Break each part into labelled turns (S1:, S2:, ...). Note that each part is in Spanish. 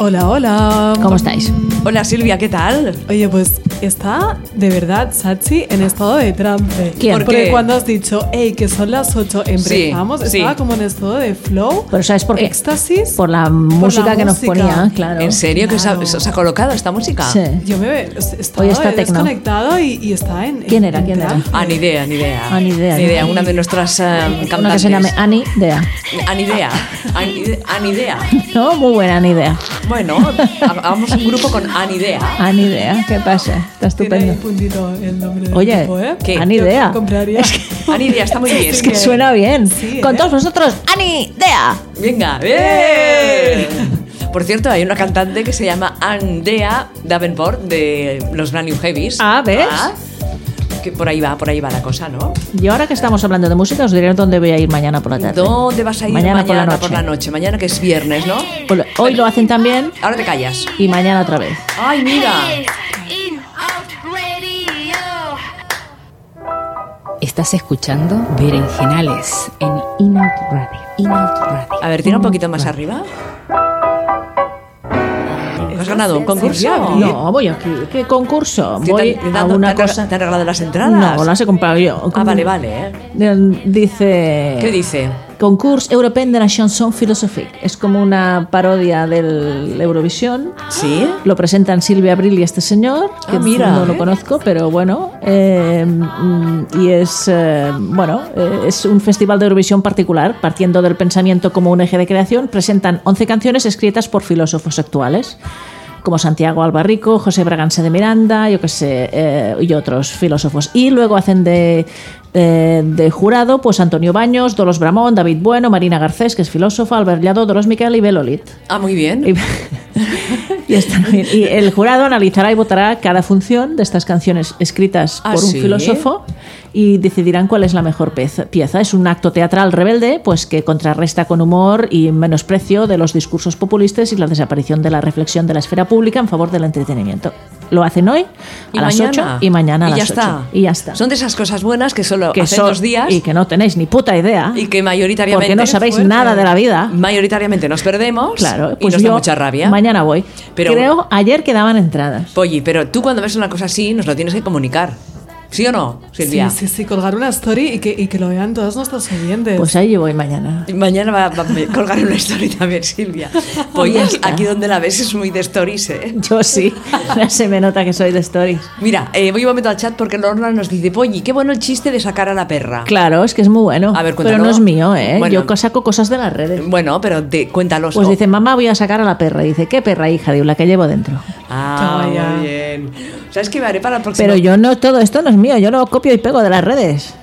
S1: Hola, hola.
S2: ¿Cómo estáis?
S3: Hola Silvia, ¿qué tal?
S1: Oye, pues está de verdad Sachi en estado de trance.
S2: ¿Quién?
S1: Porque
S3: ¿Por qué?
S1: cuando has dicho, hey, que son las 8, empezamos,
S3: Sí,
S1: estaba
S3: sí.
S1: como en estado de flow.
S2: Pero ¿sabes por qué?
S1: Éxtasis.
S2: Por la música que nos
S1: música.
S2: ponía, claro.
S3: ¿En serio que os ha,
S1: Claro.
S3: os ha colocado esta música?
S2: Sí.
S1: Yo me ve- es- estaba
S2: Hoy está tecno.
S1: desconectado y, y está en.
S2: ¿Quién era?
S1: en
S2: ¿Quién era?
S1: trance.
S3: Ah, ni idea, ni idea.
S2: Ah, ni idea, ni idea.
S3: Una de nuestras eh, cantantes. Ah,
S2: Una que se llame Ani Dea.
S3: Anidea. Ani- Anidea.
S2: No, muy buena Anidea.
S3: Ah, Bueno, hagamos un grupo con Anidea.
S2: Anidea, ¿qué pasa? Está
S1: Tiene ahí
S2: estupendo.
S1: puntito el nombre del
S2: Oye,
S1: grupo, ¿eh?
S3: ¿qué?
S1: Yo
S2: Anidea.
S1: compraría.
S2: Es que,
S3: Anidea, está muy bien.
S2: es que suena bien.
S1: Sí,
S2: Con
S1: ¿eh?
S2: todos vosotros, Anidea.
S3: Venga, ¡eh! Por cierto, hay una cantante que se llama Andea Davenport de los Brand New Heavies.
S2: Ah, ¿ves?
S3: que por ahí va, por ahí va la cosa, ¿no?
S2: Y ahora que estamos hablando de música, os diré dónde voy a ir mañana por la tarde.
S3: ¿Dónde vas a ir
S2: Mañana, por la noche.
S3: noche? Mañana que es viernes, ¿no?
S2: Pues Hoy lo hacen también
S3: Ahora te callas.
S2: y mañana otra vez.
S3: ¡Ay, mira!
S4: In Out Radio.
S5: Estás escuchando Berenjenales en Inout Radio. In Out Radio.
S3: A ver,
S2: Mm,
S3: tira un poquito más arriba. ¿Has ganado un concurso?
S2: Ah, No, voy aquí. ¿Qué concurso?
S3: ¿Te
S2: Voy
S3: han- te han
S2: a
S3: dado-
S2: una
S3: te han rega-
S2: cosa.
S3: ¿Te han regalado las entradas?
S2: No, las he comprado yo.
S3: Ah, vale, vale. ¿eh?
S2: Eh, Dice.
S3: ¿Qué dice?
S2: Concurs Europeen de la Chanson Philosophique. Es como una parodia del Eurovisión.
S3: ¿Sí?
S2: Lo presentan Silvia Abril y este señor, que
S3: Ah, mira,
S2: no lo
S3: ¿eh?
S2: conozco, pero bueno. eh, mm, y es, eh, bueno, eh, es un festival de Eurovisión particular, partiendo del pensamiento como un eje de creación. Presentan 11 canciones escritas por filósofos actuales, como Santiago Albarrico, José Braganza de Miranda, yo qué sé, eh, y otros filósofos. Y luego hacen de, eh, de jurado pues Antonio Baños, Dolos Bramón, David Bueno, Marina Garcés, que es filósofa, Albert Llado, Dolos Miquel y Belolit.
S3: Ah, muy bien.
S2: Y, y está muy bien. Y el jurado analizará y votará cada función de estas canciones escritas
S3: Ah,
S2: por un
S3: ¿sí?
S2: filósofo y decidirán cuál es la mejor pez- pieza. Es un acto teatral rebelde pues que contrarresta con humor y menosprecio de los discursos populistas y la desaparición de la reflexión de la esfera pública en favor del entretenimiento. Lo hacen hoy
S3: ¿Y
S2: a las
S3: mañana?
S2: 8 y mañana a
S3: Y
S2: las
S3: ya
S2: 8.
S3: está.
S2: Y ya está.
S3: Son de esas cosas buenas que solo
S2: que
S3: hacen
S2: son-
S3: dos días
S2: y que no tenéis ni puta idea
S3: y que mayoritariamente...
S2: porque no sabéis
S1: fuerte.
S2: nada de la vida.
S3: Mayoritariamente nos perdemos
S2: Claro,
S3: y
S2: pues
S3: nos
S2: yo
S3: da mucha rabia.
S2: Mañana voy.
S3: Pero-
S2: Creo ayer quedaban entradas.
S3: Polly, pero tú cuando ves una cosa así nos lo tienes que comunicar. ¿Sí o no, Silvia?
S1: Sí, sí, sí, colgar una story y que, y que lo vean todos nuestros oyentes.
S2: Pues ahí yo voy mañana.
S3: Mañana va, va a colgar una story también, Silvia. Polly,
S2: Ya
S3: aquí,
S2: está.
S3: aquí donde la ves es muy de stories, ¿eh?
S2: Yo sí, ya se me nota que soy de stories.
S3: Mira, eh, voy un momento al chat porque Lorna nos dice, Polly, qué bueno el chiste de sacar a la perra.
S2: Claro, es que es muy bueno.
S3: A ver,
S2: pero
S3: cuéntalo.
S2: no es mío, ¿eh?
S3: Bueno.
S2: Yo co- saco cosas de las redes.
S3: Bueno, pero te, cuéntalos.
S2: Pues
S3: ¿no?
S2: dice, mamá, voy a sacar a la perra. Y dice, ¿qué perra, hija? Digo, la que llevo dentro.
S3: Ah,
S1: Vaya.
S3: muy bien. ¿Sabes qué me haré para el próximo?
S2: Pero yo no, todo esto no es mío, yo lo copio y pego de las redes.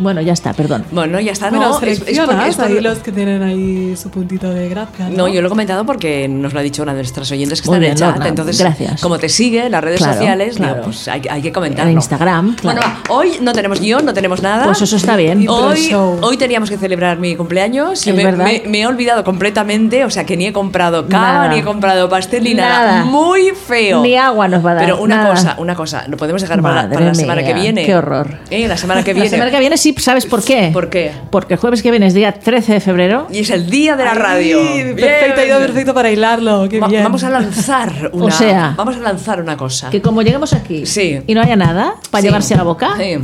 S2: Bueno, ya está, perdón.
S3: Bueno, ya está,
S1: bueno,
S3: no. es- es por- es
S1: seleccionas
S3: por-
S1: ahí los que tienen ahí su puntito de gracia.
S3: No, yo lo he comentado porque nos lo ha dicho una de nuestras oyentes que
S2: Muy
S3: está en
S2: bien,
S3: el chat.
S2: Lorna,
S3: Entonces,
S2: gracias.
S3: como te sigue en las redes
S2: Claro,
S3: sociales, digo,
S2: claro.
S3: pues hay, hay que comentarlo.
S2: En Instagram,
S3: Bueno,
S2: claro.
S3: va, hoy no tenemos guión, no tenemos nada.
S2: Pues eso está bien.
S3: Hoy,
S1: show.
S3: hoy teníamos que celebrar mi cumpleaños. Yo
S2: Es
S3: me,
S2: verdad.
S3: me- me he olvidado completamente, o sea que ni he comprado cava,
S2: Nada.
S3: ni he comprado pastel, ni nada.
S2: Nada.
S3: Muy feo.
S2: Ni agua nos va a dar,
S3: Pero una
S2: nada.
S3: cosa, una cosa, lo podemos dejar para, la-
S2: Madre
S3: para la semana
S2: mía,
S3: que viene.
S2: qué horror.
S3: Eh, La semana que
S2: La
S3: viene.
S2: semana que viene sí, ¿sabes por qué?
S3: ¿Por qué?
S2: Porque el jueves que viene es día 13 de febrero.
S3: Y es el día de la radio.
S1: Sí, perfecto, ha ido
S3: Bien.
S1: perfecto para hilarlo. Qué
S3: Va-
S1: bien.
S3: Vamos a lanzar una.
S2: sea-
S3: vamos a lanzar una cosa.
S2: Que como lleguemos aquí
S3: Sí.
S2: y no haya nada para
S3: Sí.
S2: llevarse a la boca,
S3: Sí.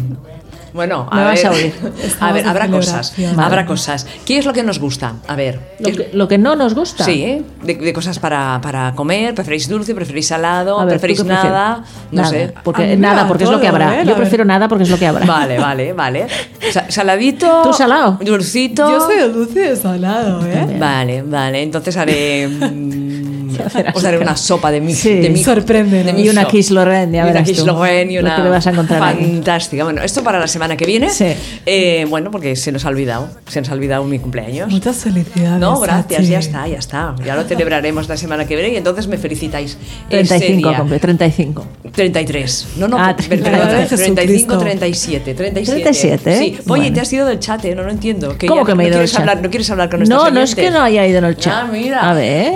S3: Bueno, a
S2: Me
S3: ver.
S2: vas a oír.
S3: A
S1: Estamos
S3: ver,
S1: en
S3: habrá cosas.
S1: celebración.
S3: Habrá
S2: Vale.
S3: cosas. ¿Qué es lo que nos gusta? A ver.
S2: lo,
S3: ¿qué-
S2: que, lo que no nos gusta.
S3: Sí, ¿eh? de, de cosas para, para comer. ¿Preferís dulce? ¿Preferís salado?
S2: A ver, ¿tú
S3: ¿Preferís
S2: qué prefieres?
S3: nada? No
S2: Nada,
S3: sé.
S1: Ah, mira,
S2: Porque, nada, porque es lo que
S1: todo,
S2: habrá.
S1: ¿eh?
S2: Yo
S1: A
S2: prefiero nada porque es lo que habrá.
S3: Vale, vale, vale. Sa- Saladito.
S2: ¿Tú salado?
S3: Dulcito.
S1: Yo soy de dulce de salado, ¿eh?
S3: Vale, vale. Entonces haré. mm,
S2: Ya verás.
S3: Os haré una sopa de mi.
S2: Sí,
S3: de mi-
S1: sorpréndenos.
S3: de mi
S2: Y una
S3: show.
S2: Kiss Lorraine, ya
S3: Y una
S2: verás
S3: Kiss
S2: tú.
S3: Lorraine y
S2: Lo
S3: una
S2: que le vas a encontrar ahí.
S3: Fantástica. Bueno, esto para la semana que viene.
S2: Sí.
S3: Eh, bueno, porque se nos ha olvidado. Se nos ha olvidado mi cumpleaños.
S1: Muchas felicidades.
S3: No, gracias,
S1: Sachi.
S3: ya está, ya está. Ya lo celebraremos la semana que viene y entonces me felicitáis. Ese
S2: 35,
S3: día.
S2: cumple, 35.
S3: 33. No, no,
S2: Ah,
S3: per-
S2: 33.
S3: perdón,
S1: Gracias,
S3: 35,
S1: Jesucristo.
S3: 37. 37,
S2: 37,
S3: Sí. Oye,
S2: bueno.
S3: te has ido del chat, ¿eh? No lo entiendo. Que
S2: ¿Cómo
S3: ya
S2: que me he
S3: no
S2: ido del
S3: quieres
S2: chat?
S3: hablar, No quieres hablar con
S2: No,
S3: nuestros
S2: no es que
S3: oyentes.
S2: no haya ido en el chat.
S3: Ah, mira.
S2: A ver.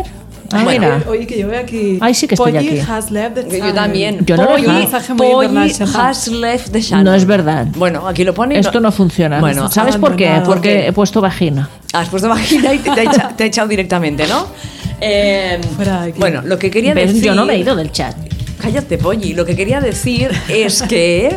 S2: Ah,
S3: Bueno.
S2: mira.
S1: Oye, que yo veo aquí.
S2: Ay, sí que estoy
S1: Polly
S2: aquí.
S1: has left the
S3: Que Yo
S1: time.
S3: también.
S2: Yo no lo he
S3: Polly,
S2: dejado.
S1: Mensaje muy
S3: Polly
S1: internacional.
S3: has left the channel.
S2: No es verdad.
S3: Bueno, aquí lo pone. y
S2: Esto no funciona.
S3: Bueno,
S2: ¿Sabes por qué?
S1: abandonado.
S2: Porque he puesto vagina.
S3: has puesto vagina y te, te ha echa- te ha echado directamente, ¿no? Eh,
S1: Fuera de aquí.
S3: bueno, lo que quería
S2: ¿Ves?
S3: decir.
S2: Yo no me he ido del chat.
S3: Cállate, Polly. Lo que quería decir es que,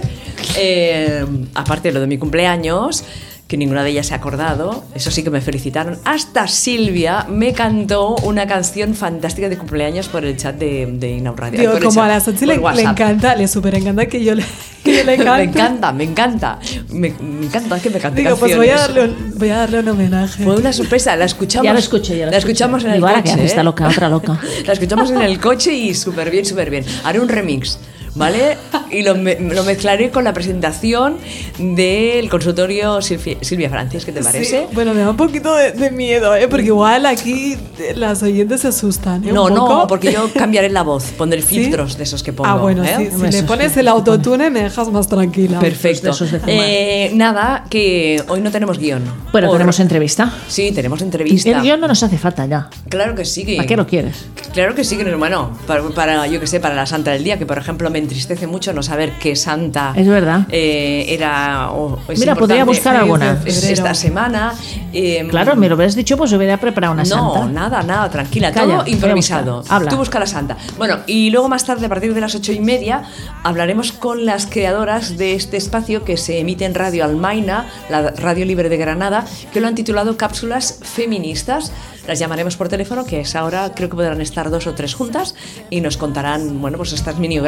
S3: eh, aparte de lo de mi cumpleaños, que ninguna de ellas se ha acordado, eso sí que me felicitaron. Hasta Silvia me cantó una canción fantástica de cumpleaños por el chat de, de Inaud Radio.
S1: Digo,
S3: Por el
S1: como
S3: chat,
S1: a la Sachi le,
S3: por
S1: le
S3: WhatsApp.
S1: encanta, le súper encanta que yo le, que yo le cante.
S3: me encanta, me encanta. Me, me encanta que me cante
S1: Digo, pues
S3: canciones.
S1: voy a darle un, voy a darle un homenaje.
S3: Fue una sorpresa, la escuchamos.
S2: Ya lo escucho, ya lo
S3: La
S2: escucho.
S3: escuchamos en el
S2: Digo, ahora
S3: coche.
S2: qué hace esta
S3: ¿eh?
S2: loca, otra loca.
S3: la escuchamos en el coche y súper bien, súper bien. Haré un remix, ¿vale? Y lo, me- lo mezclaré con la presentación del consultorio Silfi- Silvia Francis, ¿qué te parece?
S1: Sí, bueno, me da un poquito de, de miedo, ¿eh? porque igual aquí eh, las oyentes se asustan. ¿eh?
S3: No,
S1: Un poco.
S3: no, porque yo cambiaré la voz, pondré
S1: ¿Sí?
S3: filtros de esos que pongo.
S1: Ah, bueno,
S3: ¿eh?
S1: sí, si
S2: Eso
S1: le
S2: sí,
S1: pones
S2: sí,
S1: el autotune me dejas más tranquila.
S3: Perfecto.
S2: Esos de fumar.
S3: Eh, nada, que hoy no tenemos guión.
S2: Bueno,
S3: Por-
S2: tenemos entrevista.
S3: Sí, tenemos entrevista.
S2: El guión no nos hace falta ya.
S3: Claro que sí. Que...
S2: ¿Para qué lo quieres?
S3: Claro que sí, que no, hermano. Para, para, yo que sé, para la santa del día, que por ejemplo me entristece mucho no saber qué santa.
S2: Es verdad.
S3: eh, era. o es
S2: Mira,
S3: importante.
S2: podría buscar
S3: Es-
S2: alguna.
S3: es esta semana. eh,
S2: Claro, me lo hubieras dicho, pues hubiera preparado una
S3: no,
S2: santa.
S3: nada, nada, tranquila,
S2: Calla,
S3: todo
S2: voy a
S3: improvisado.
S2: buscar. Habla.
S3: Tú busca la santa. Bueno, y luego más tarde, a partir de las ocho y media, hablaremos con las creadoras de este espacio que se emite en Radio Almaina, la Radio Libre de Granada, que lo han titulado Cápsulas Feministas. Las llamaremos por teléfono, que es ahora, creo que podrán estar dos o tres juntas, y nos contarán, bueno, pues estas mini,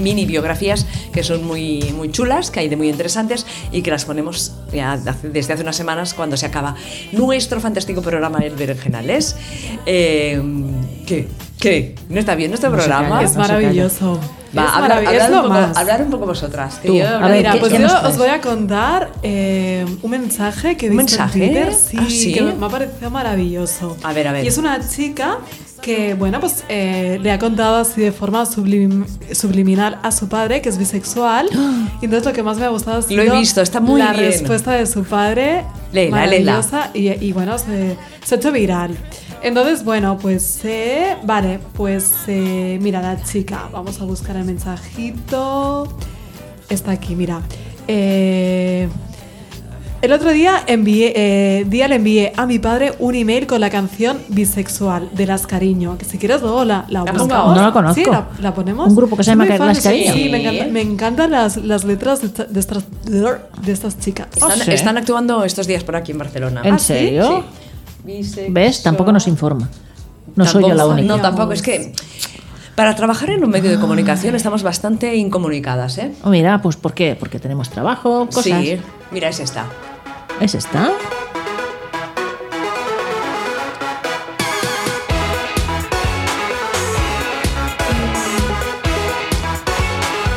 S3: mini biografías que son muy, muy chulas, que hay de muy interesantes, y que las ponemos ya hace- desde hace unas semanas cuando se acaba nuestro fantástico programa El Berenjenales. Eh, ¿Qué? ¿Qué? ¿No está bien nuestro
S2: se
S3: programa?
S2: calla,
S1: Ah, Es
S2: no se
S1: maravilloso.
S3: Va,
S1: es
S3: habla-
S1: maravilloso.
S3: hablar,
S1: es lo
S3: un poco,
S1: más.
S3: hablar un poco vosotras. que
S2: Tú,
S3: yo-
S2: a
S3: mira,
S2: ver,
S1: Mira,
S2: ¿qué-
S1: pues
S2: qué
S1: yo
S2: nos traes?
S1: os voy a contar eh, un mensaje que vi
S3: ¿Un
S1: en
S3: mensaje?
S1: Twitter, sí,
S3: ¿Ah, sí?
S1: que me ha parecido maravilloso.
S3: A ver, a ver.
S1: Y es una chica que, bueno, pues eh, le ha contado así de forma sublim- subliminal a su padre, que es bisexual. Y entonces lo que más me ha gustado ha sido
S3: he visto, está muy
S1: la
S3: bien.
S1: respuesta de su padre.
S3: Léela, léela.
S1: maravillosa y, y bueno, se, se ha hecho viral. Entonces, bueno, pues, eh, vale, pues, eh, mira, la chica, vamos a buscar el mensajito. Está aquí, mira. Eh, el otro día, envié, eh, día le envié a mi padre un email con la canción Bisexual de Las Cariño. Que si quieres luego la, la,
S3: La
S1: buscamos.
S3: pongo.
S2: No la conozco.
S1: Sí, la, la ponemos.
S2: Un grupo que se
S1: Soy
S2: llama
S1: muy fan
S2: Las
S1: de-
S2: Cariño.
S1: Sí, me, encanta- me encantan las, las letras de, esta- de estas, de estas chicas.
S3: Están,
S2: no sé.
S3: están actuando estos días por aquí en Barcelona.
S2: ¿En
S1: ¿Ah, sí?
S2: serio?
S3: Bisexual.
S2: ¿Ves? Tampoco nos informa. No soy yo
S3: Tampoco-
S2: la única. Ah.
S3: No, tampoco. Es que para trabajar en un medio de comunicación estamos bastante incomunicadas, ¿eh?
S2: Oh, mira, pues ¿por qué? Porque tenemos trabajo, cosas.
S3: Sí. Mira, es esta.
S2: ¿Es esta?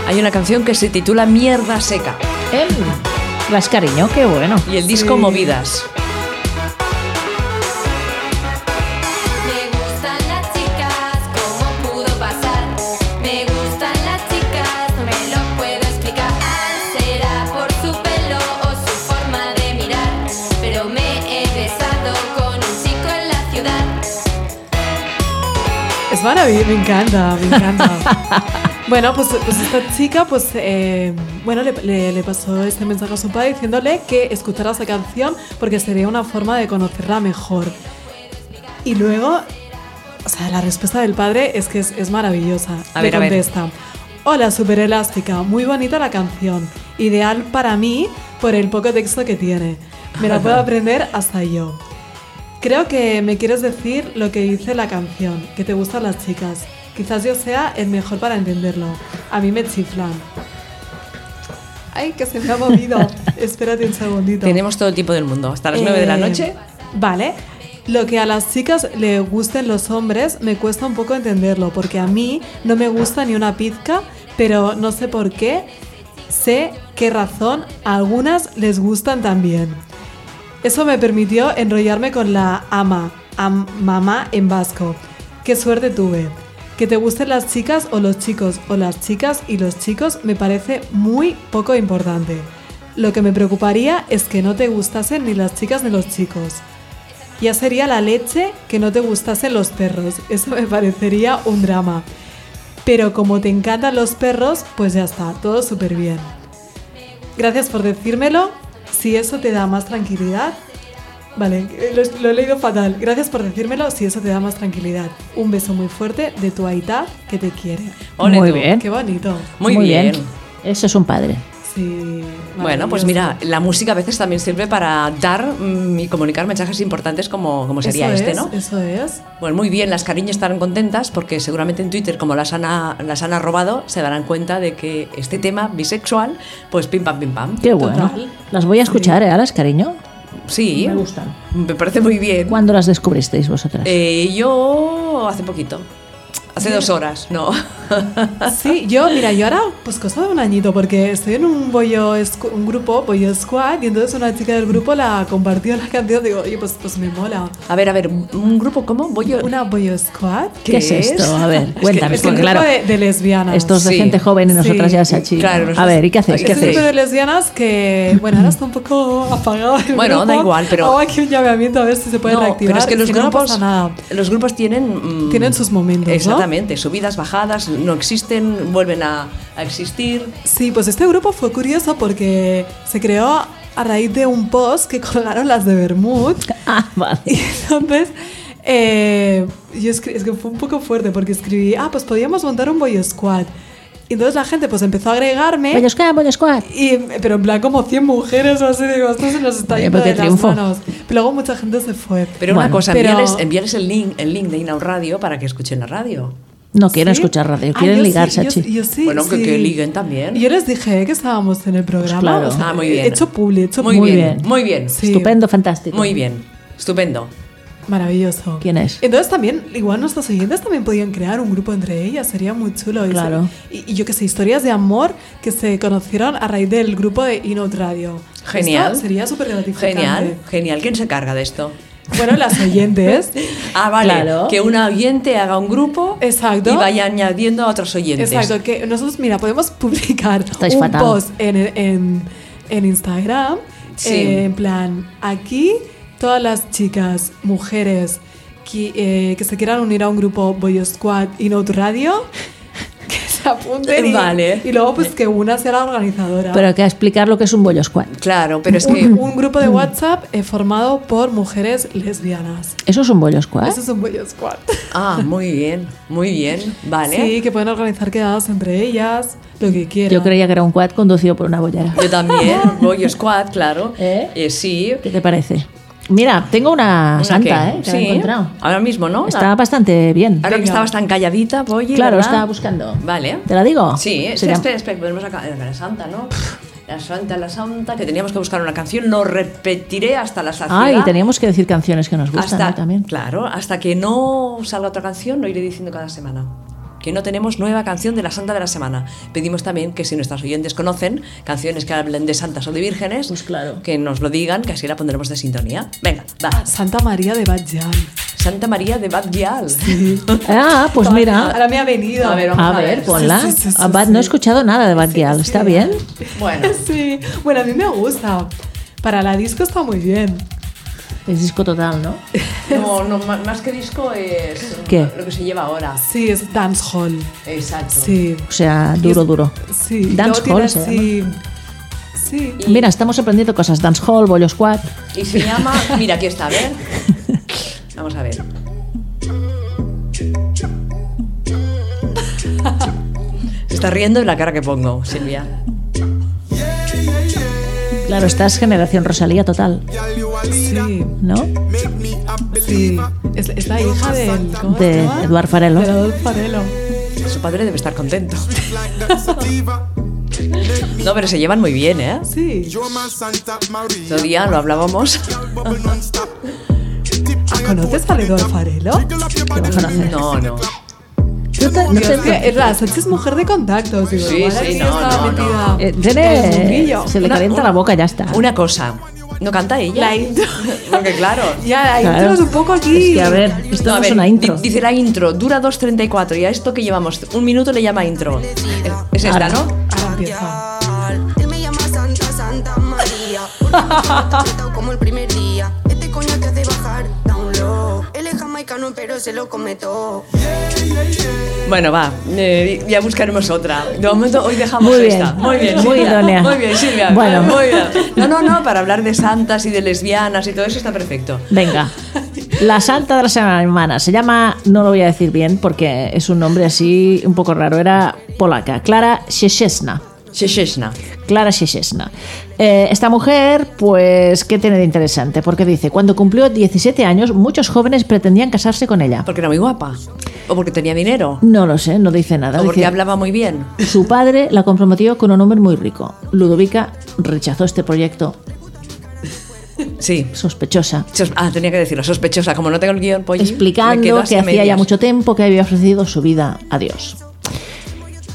S3: Hay una canción que se titula Mierda Seca
S2: Em, Las cariño, qué bueno.
S3: y el disco
S1: Sí.
S3: Movidas.
S4: Me gustan las chicas, ¿cómo pudo pasar? Me gustan las chicas, no me lo puedo explicar. Será por su pelo o su forma de mirar, pero me he besado con un chico en la ciudad.
S1: Es maravilloso, me encanta, me encanta. bueno, pues, pues esta chica, pues, eh, bueno, le, le- le pasó este mensaje a su padre diciéndole que escuchara esa canción porque sería una forma de conocerla mejor. Y luego, o sea, la respuesta del padre es que es, es maravillosa.
S3: A
S1: le
S3: ver, a ver.
S1: contesta, hola, super elástica, muy bonita la canción, ideal para mí por el poco texto que tiene. Me la puedo aprender hasta yo. Creo que me quieres decir lo que dice la canción, que te gustan las chicas. Quizás yo sea el mejor para entenderlo. A mí me chiflan. Ay, que se me ha movido. Espérate un segundito.
S3: Tenemos todo el tiempo del mundo. Hasta las
S1: Eh,
S3: 9 de la noche.
S1: Vale. Lo que a las chicas le gusten los hombres me cuesta un poco entenderlo, porque a mí no me gusta ni una pizca, pero no sé por qué, sé qué razón a algunas les gustan también. Eso me permitió enrollarme con la ama, am- mamá en vasco. Qué suerte tuve. Que te gusten las chicas o los chicos o las chicas y los chicos me parece muy poco importante. Lo que me preocuparía es que no te gustasen ni las chicas ni los chicos. Ya sería la leche que no te gustasen los perros. Eso me parecería un drama. Pero como te encantan los perros, pues ya está, todo súper bien. Gracias por decírmelo. Si eso te da más tranquilidad, Vale, eh, lo, lo he leído fatal. Gracias por decírmelo si eso te da más tranquilidad. Un beso muy fuerte de tu Aitá que te quiere.
S3: Ole
S2: Muy
S3: tú.
S2: bien.
S1: Qué bonito.
S3: Muy, bien.
S2: Eso es un padre.
S1: Sí.
S3: Bueno, pues
S1: maravilloso.
S3: mira, la música a veces también sirve para dar mm, y comunicar mensajes importantes como, como sería
S1: Eso
S3: este,
S1: es,
S3: ¿no?
S1: Eso es.
S3: Pues muy bien, las cariñas estarán contentas porque seguramente en Twitter, como las han, a- las han robado, se darán cuenta de que este tema bisexual, pues pim pam pim pam.
S2: Qué bueno.
S1: Total.
S2: Las voy a escuchar, ¿eh? Alas, cariño.
S3: Sí,
S2: Me gustan.
S3: me parece muy bien.
S2: ¿Cuándo las descubristeis vosotras?
S3: Eh, yo hace poquito, hace dos horas, no.
S1: Sí, yo, mira, yo ahora, pues cosa de un añito, porque estoy en un bollo, escu- un grupo, bollo squad, y entonces una chica del grupo la compartió la canción, digo, oye, pues, pues me mola.
S3: A ver, a ver, ¿un grupo cómo? Voy a...
S1: Una bollo squad.
S2: ¿Qué es esto? A ver, cuéntame,
S1: Es que un
S2: porque
S1: grupo de,
S2: claro,
S1: de lesbianas.
S2: esto es de
S3: Sí.
S2: gente joven y
S1: Sí.
S2: nosotras ya se achica.
S3: Claro,
S2: a
S3: nosotros-
S2: ver, ¿y qué hacéis?
S3: ¿y
S1: Es
S2: ¿Qué
S1: un
S2: hacéis?
S1: grupo de lesbianas que, bueno, ahora está un poco apagado. el
S3: Bueno, da
S1: grupo.
S3: igual, pero-
S1: Hago aquí un llamamiento a ver si se puede
S3: No,
S1: reactivar.
S3: Pero es que los
S1: si no, no
S3: grupos,
S1: pasa nada.
S3: los grupos tienen mm,
S1: Tienen sus momentos, ¿no?
S3: Exactamente, subidas, bajadas, no existen, vuelven a, a existir.
S1: Sí, pues este grupo fue curioso porque se creó a raíz de un post que colgaron las de Bermud.
S2: Ah, vale.
S1: Y entonces, eh, yo escri- es que fue un poco fuerte porque escribí, ah, pues podíamos montar un boy squad. Y entonces la gente pues empezó a agregarme.
S2: Boy Squad, Boy Squad.
S1: Y, pero en plan como 100 mujeres o así, digo, esto se nos está
S2: Oye,
S1: yendo
S2: pero
S1: de
S2: qué triunfo.
S1: las manos. Pero luego mucha gente se fue.
S3: Pero una
S2: Bueno,
S3: cosa,
S1: pero-
S3: envíales, envíales el link, el link de Inaud Radio para que escuchen la radio.
S2: No quieren
S1: ¿Sí?
S2: escuchar radio,
S1: Ah,
S2: quieren
S1: yo sí,
S2: ligarse,
S1: yo
S2: Achi.
S1: sí, yo sí,
S3: Bueno, que-
S1: sí.
S3: que liguen también.
S1: Yo les dije que estábamos en el programa.
S2: Pues claro.
S1: o sea,
S3: Ah, muy bien.
S1: Hecho publi, hecho
S3: muy,
S1: publi.
S3: bien,
S2: bien.
S3: muy bien,
S1: Sí.
S2: Estupendo, fantástico.
S3: muy bien, estupendo.
S1: Maravilloso.
S2: ¿Quién es?
S1: Entonces también, igual nuestras oyentes también podían crear un grupo entre ellas, sería muy chulo. Y se-
S2: Claro.
S1: Y, y yo que sé, historias de amor que se conocieron a raíz del grupo de Inout Radio.
S3: Genial.
S1: Esto sería súper gratificante.
S3: Genial, genial. ¿Quién se carga de esto?
S1: Bueno, las oyentes.
S3: Ah, vale,
S2: Claro.
S3: que una oyente haga un grupo
S1: Exacto.
S3: y vaya añadiendo a otros oyentes.
S1: Exacto, que nosotros, mira, podemos publicar
S2: Estáis
S1: un
S2: fatal.
S1: post en, en, en Instagram,
S3: Sí.
S1: eh, en plan, aquí todas las chicas, mujeres que, eh, que se quieran unir a un grupo Boyo Squad y Not Radio, que se apunten y,
S3: Vale.
S1: y luego pues que una sea la organizadora.
S2: Pero hay que explicar lo que es un Boy Squad.
S3: Claro, pero es que
S1: un, un grupo de WhatsApp eh, formado por mujeres lesbianas.
S2: Eso es un Boy Squad.
S1: Eso es un Boyo Squad.
S3: Ah, muy bien, muy bien, vale.
S1: Sí, que pueden organizar quedadas entre ellas, lo que quieran.
S2: Yo creía que era un quad conducido por una bollera.
S3: Yo también, Boy Squad, claro.
S2: ¿Eh?
S3: Eh, sí.
S2: ¿Qué te parece? Mira, tengo una,
S3: ¿Una
S2: santa,
S3: qué?
S2: ¿eh? Que
S3: Sí.
S2: la he encontrado.
S3: Ahora mismo, ¿no?
S2: Está bastante bien.
S3: Ahora que estabas tan calladita, Boy.
S2: Claro,
S3: ¿verdad?
S2: estaba buscando.
S3: Vale.
S2: ¿Te la digo?
S3: Sí, eh,
S2: Se
S1: este
S2: llama-
S3: espera, espera, espera, ponemos acá- la, santa, ¿no? La santa, la santa, que teníamos que buscar una canción, lo repetiré hasta la saciedad.
S2: Ah, y teníamos que decir canciones que nos gustan
S3: hasta,
S2: ¿no? también.
S3: Claro, hasta que no salga otra canción, lo iré diciendo cada semana. Que no tenemos nueva canción de la Santa de la Semana. Pedimos también que si nuestros oyentes conocen canciones que hablen de santas o de vírgenes,
S2: Pues claro.
S3: que nos lo digan, que así la pondremos de sintonía. Venga, va.
S1: Santa María de Batllán.
S3: Santa María de Bad Gyal.
S2: Ah, pues mira.
S1: Ahora me ha venido.
S3: A ver,
S2: A ver, ponla.
S1: Sí, sí, sí, sí,
S2: Ah, Bad- No he
S1: sí.
S2: escuchado nada de Bad
S1: Sí,
S2: Gyal.
S1: sí.
S2: ¿Está bien?
S3: Bueno,
S1: Sí, bueno, a mí me gusta. Para la disco está muy bien.
S2: Es disco total, ¿no?
S3: no, no, ma- más que disco es
S2: ¿Qué?
S3: lo que se lleva ahora.
S1: Sí, es dancehall.
S3: Exacto.
S1: Sí,
S2: O sea, duro,
S1: es-
S2: duro.
S1: sí.
S2: Dancehall
S1: Luego tiene
S2: se
S1: así- Sí.
S3: Y-
S2: Mira, estamos aprendiendo cosas. Dancehall, bollo squad.
S3: Y se llama. Mira, aquí está, a ver. Vamos a ver. Se está riendo de la cara que pongo, Silvia.
S2: Claro, estás generación Rosalía total,
S1: Sí,
S2: ¿no?
S1: sí. Es, es la hija del. ¿cómo se
S2: De
S1: llama?
S2: Eduard Farello.
S1: De Adolfo Farelo.
S3: Su padre debe estar contento. No, pero se llevan muy bien, ¿eh?
S1: Sí.
S3: Otro día lo hablábamos.
S1: Ah, ¿Conoces a Eduard Farelo?
S3: No, no.
S2: ¿Tú te- no
S1: Digo,
S2: te-
S1: es que es la Sánchez es mujer de contactos. Digo,
S3: Sí,
S1: igual
S3: sí,
S1: aquí
S3: no,
S1: estaba
S3: no, no.
S1: metida.
S2: Eh,
S1: en el
S2: tiene,
S1: mundillo.
S2: se le
S3: Una-
S2: calienta
S3: una-
S2: la boca, ya está.
S3: Una cosa. ¿No canta ella?
S1: La intro.
S3: Porque claro.
S1: Ya, la
S2: Claro.
S1: intro es un poco
S2: Es
S1: aquí.
S2: que, a ver, esto
S3: No,
S2: no,
S3: a
S2: es
S3: ver,
S2: una intro.
S3: di- Dice la intro, dura 2.34 y a esto que llevamos un minuto le llama intro. Es esta,
S2: Ahora.
S3: ¿no?
S1: Ahora empieza.
S6: Él me llama Santa, Santa María. Porque me trata como el primer día. Este coño te hace bajar down low. Él es jamaicano, corazón, pero se lo come todo.
S3: Bueno, va, eh, ya buscaremos otra. De momento hoy dejamos
S2: Muy bien,
S3: esta. Muy bien,
S2: muy
S3: Silvia.
S2: idónea.
S3: Muy bien, Silvia.
S2: Bueno.
S3: Muy bien. No, no, no, para hablar de santas y de lesbianas y todo eso está perfecto.
S2: Venga. La santa de la semana se llama, no lo voy a decir bien porque es un nombre así un poco raro, era polaca, Clara Sieszna.
S3: Shesheshna.
S2: Clara Sieszna. Eh, esta mujer, pues, ¿qué tiene de interesante? Porque dice, cuando cumplió 17 años, muchos jóvenes pretendían casarse con ella.
S3: Porque era muy guapa. O porque tenía dinero.
S2: No lo sé, no dice nada.
S3: O porque
S2: dice-
S3: hablaba muy bien.
S2: Su padre la comprometió con un hombre muy rico. Ludovica rechazó este proyecto
S3: Sí.
S2: sospechosa,
S3: Sos- Ah, tenía que decirlo, sospechosa. Como no tengo el guión, pues.
S2: explicando que hacía ya mucho tiempo que había ofrecido su vida a Dios.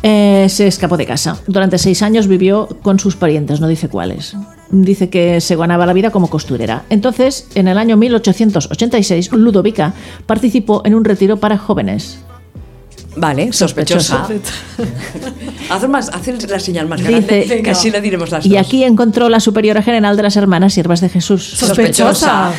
S2: Eh, se escapó de casa. Durante seis años vivió con sus parientes, no dice cuáles. Dice que se ganaba la vida como costurera. Entonces, en el año 1886, Ludovica participó en un retiro para jóvenes.
S3: Vale, sospechosa.
S2: Ah.
S3: Haz, más, haz el- la señal más grande.
S2: Dice-
S3: que así le diremos las
S2: Y
S3: dos.
S2: aquí encontró la superiora general de las hermanas Siervas de Jesús.
S1: Sospechosa.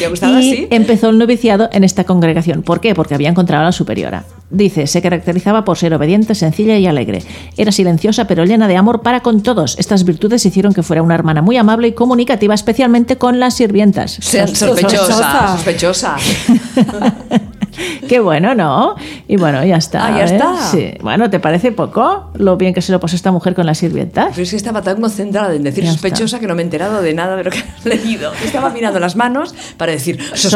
S3: ¿Te ha gustado
S2: y em-
S3: así?
S2: empezó el noviciado en esta congregación. ¿Por qué? Porque había encontrado a la superiora. Dice, se caracterizaba por ser obediente, sencilla y alegre. Era silenciosa pero llena de amor para con todos. Estas virtudes hicieron que fuera una hermana muy amable y comunicativa, especialmente con las sirvientas.
S3: Se- Sospechosa.
S1: Sospechosa.
S3: Sospechosa.
S2: Qué bueno, ¿no? Y bueno, ya está.
S3: Ah, ya
S2: ¿eh?
S3: está.
S2: Sí. Bueno, ¿te parece poco lo bien que se lo pasó esta mujer con las sirvientas?
S3: Pero es que estaba tan concentrada en decir
S2: Ya está.
S3: sospechosa que no me he enterado de nada de lo que has leído. Estaba mirando las manos para decir sospechosa.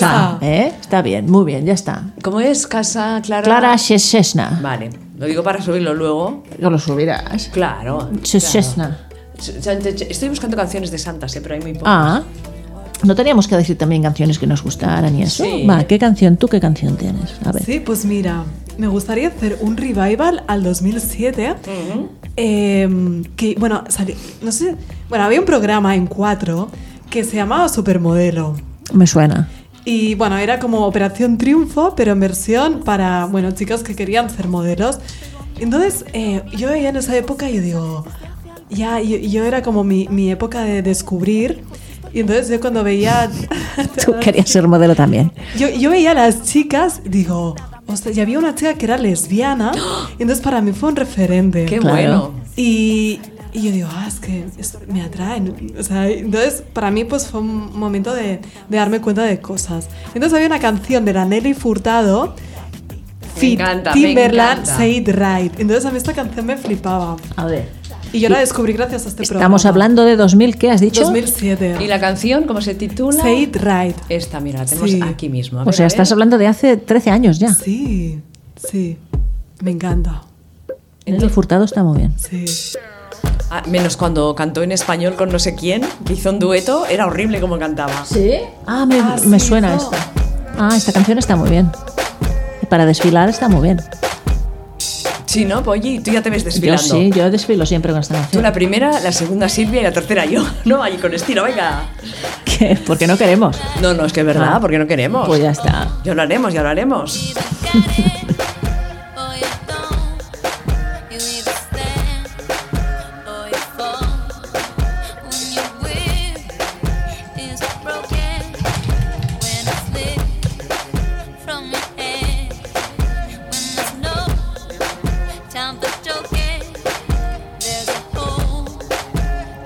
S2: Sospechosa. ¿eh? Está bien, muy bien, ya está.
S3: ¿Cómo es casa Clara?
S2: Clara Sheshna.
S3: Vale, lo digo para subirlo luego.
S2: No lo subirás.
S3: Claro.
S2: Sheshna.
S3: claro. Estoy buscando canciones de Santa, pero hay muy pocas.
S2: Ah, no teníamos que decir también canciones que nos gustaran y eso.
S3: Sí.
S2: Va, ¿qué canción? ¿Tú qué canción tienes? A ver.
S1: Sí, pues mira, me gustaría hacer un revival al 2007. em, que, bueno, sali- no sé. Bueno, había un programa en cuatro que se llamaba Supermodelo.
S2: Me suena.
S1: Y bueno, era como Operación Triunfo, pero en versión para, bueno, chicas que querían ser modelos. Entonces, eh, yo veía en esa época y yo digo, ya, yo, yo era como mi, mi época de descubrir. Y entonces yo cuando veía...
S2: Tú querías ser modelo también.
S1: Yo, yo veía a las chicas, digo, hostia, y había una chica que era lesbiana, y entonces para mí fue un referente.
S3: Qué
S2: Claro.
S3: bueno.
S1: Y, y yo digo, ah, es que es- me atraen. O sea, entonces, para mí, pues fue un momento de, de darme cuenta de cosas. Entonces, había una canción de la Nelly Furtado,
S3: Me
S1: Fit,
S3: encanta, me
S1: Timberland,
S3: encanta.
S1: Say It Right. Entonces, a mí esta canción me flipaba.
S2: A ver.
S1: Y yo la descubrí gracias a este programa.
S2: Estamos hablando de 2000, ¿qué has dicho?
S1: 2007.
S3: ¿Y la canción cómo se titula?
S1: Say It Right.
S3: Esta, mira, la tenemos
S1: Sí.
S3: aquí mismo. A
S2: O
S3: ver,
S2: sea,
S3: a
S2: estás
S3: ver.
S2: hablando de hace 13 años ya.
S1: Sí, sí. Me encanta.
S2: El Furtado está muy bien.
S1: Sí.
S3: Ah, menos cuando cantó en español con no sé quién, que hizo un dueto, era horrible como cantaba.
S2: ¿Sí? Ah, me,
S1: Ah,
S2: me
S1: sí,
S2: suena
S1: no.
S2: esta. Ah, esta canción está muy bien. Y Para desfilar está muy bien.
S3: Sí, ¿no, Polly? Tú ya te ves desfilando.
S2: Yo sí, yo desfilo siempre con esta
S3: Tú
S2: canción.
S3: la primera, la segunda Silvia y la tercera yo. No, ahí con estilo, venga.
S2: ¿Qué? Porque no queremos.
S3: No, no, es que es verdad,
S2: Ah.
S3: porque no queremos.
S2: Pues ya está.
S3: Ya lo haremos, ya lo haremos.
S4: Time for joking. There's a hole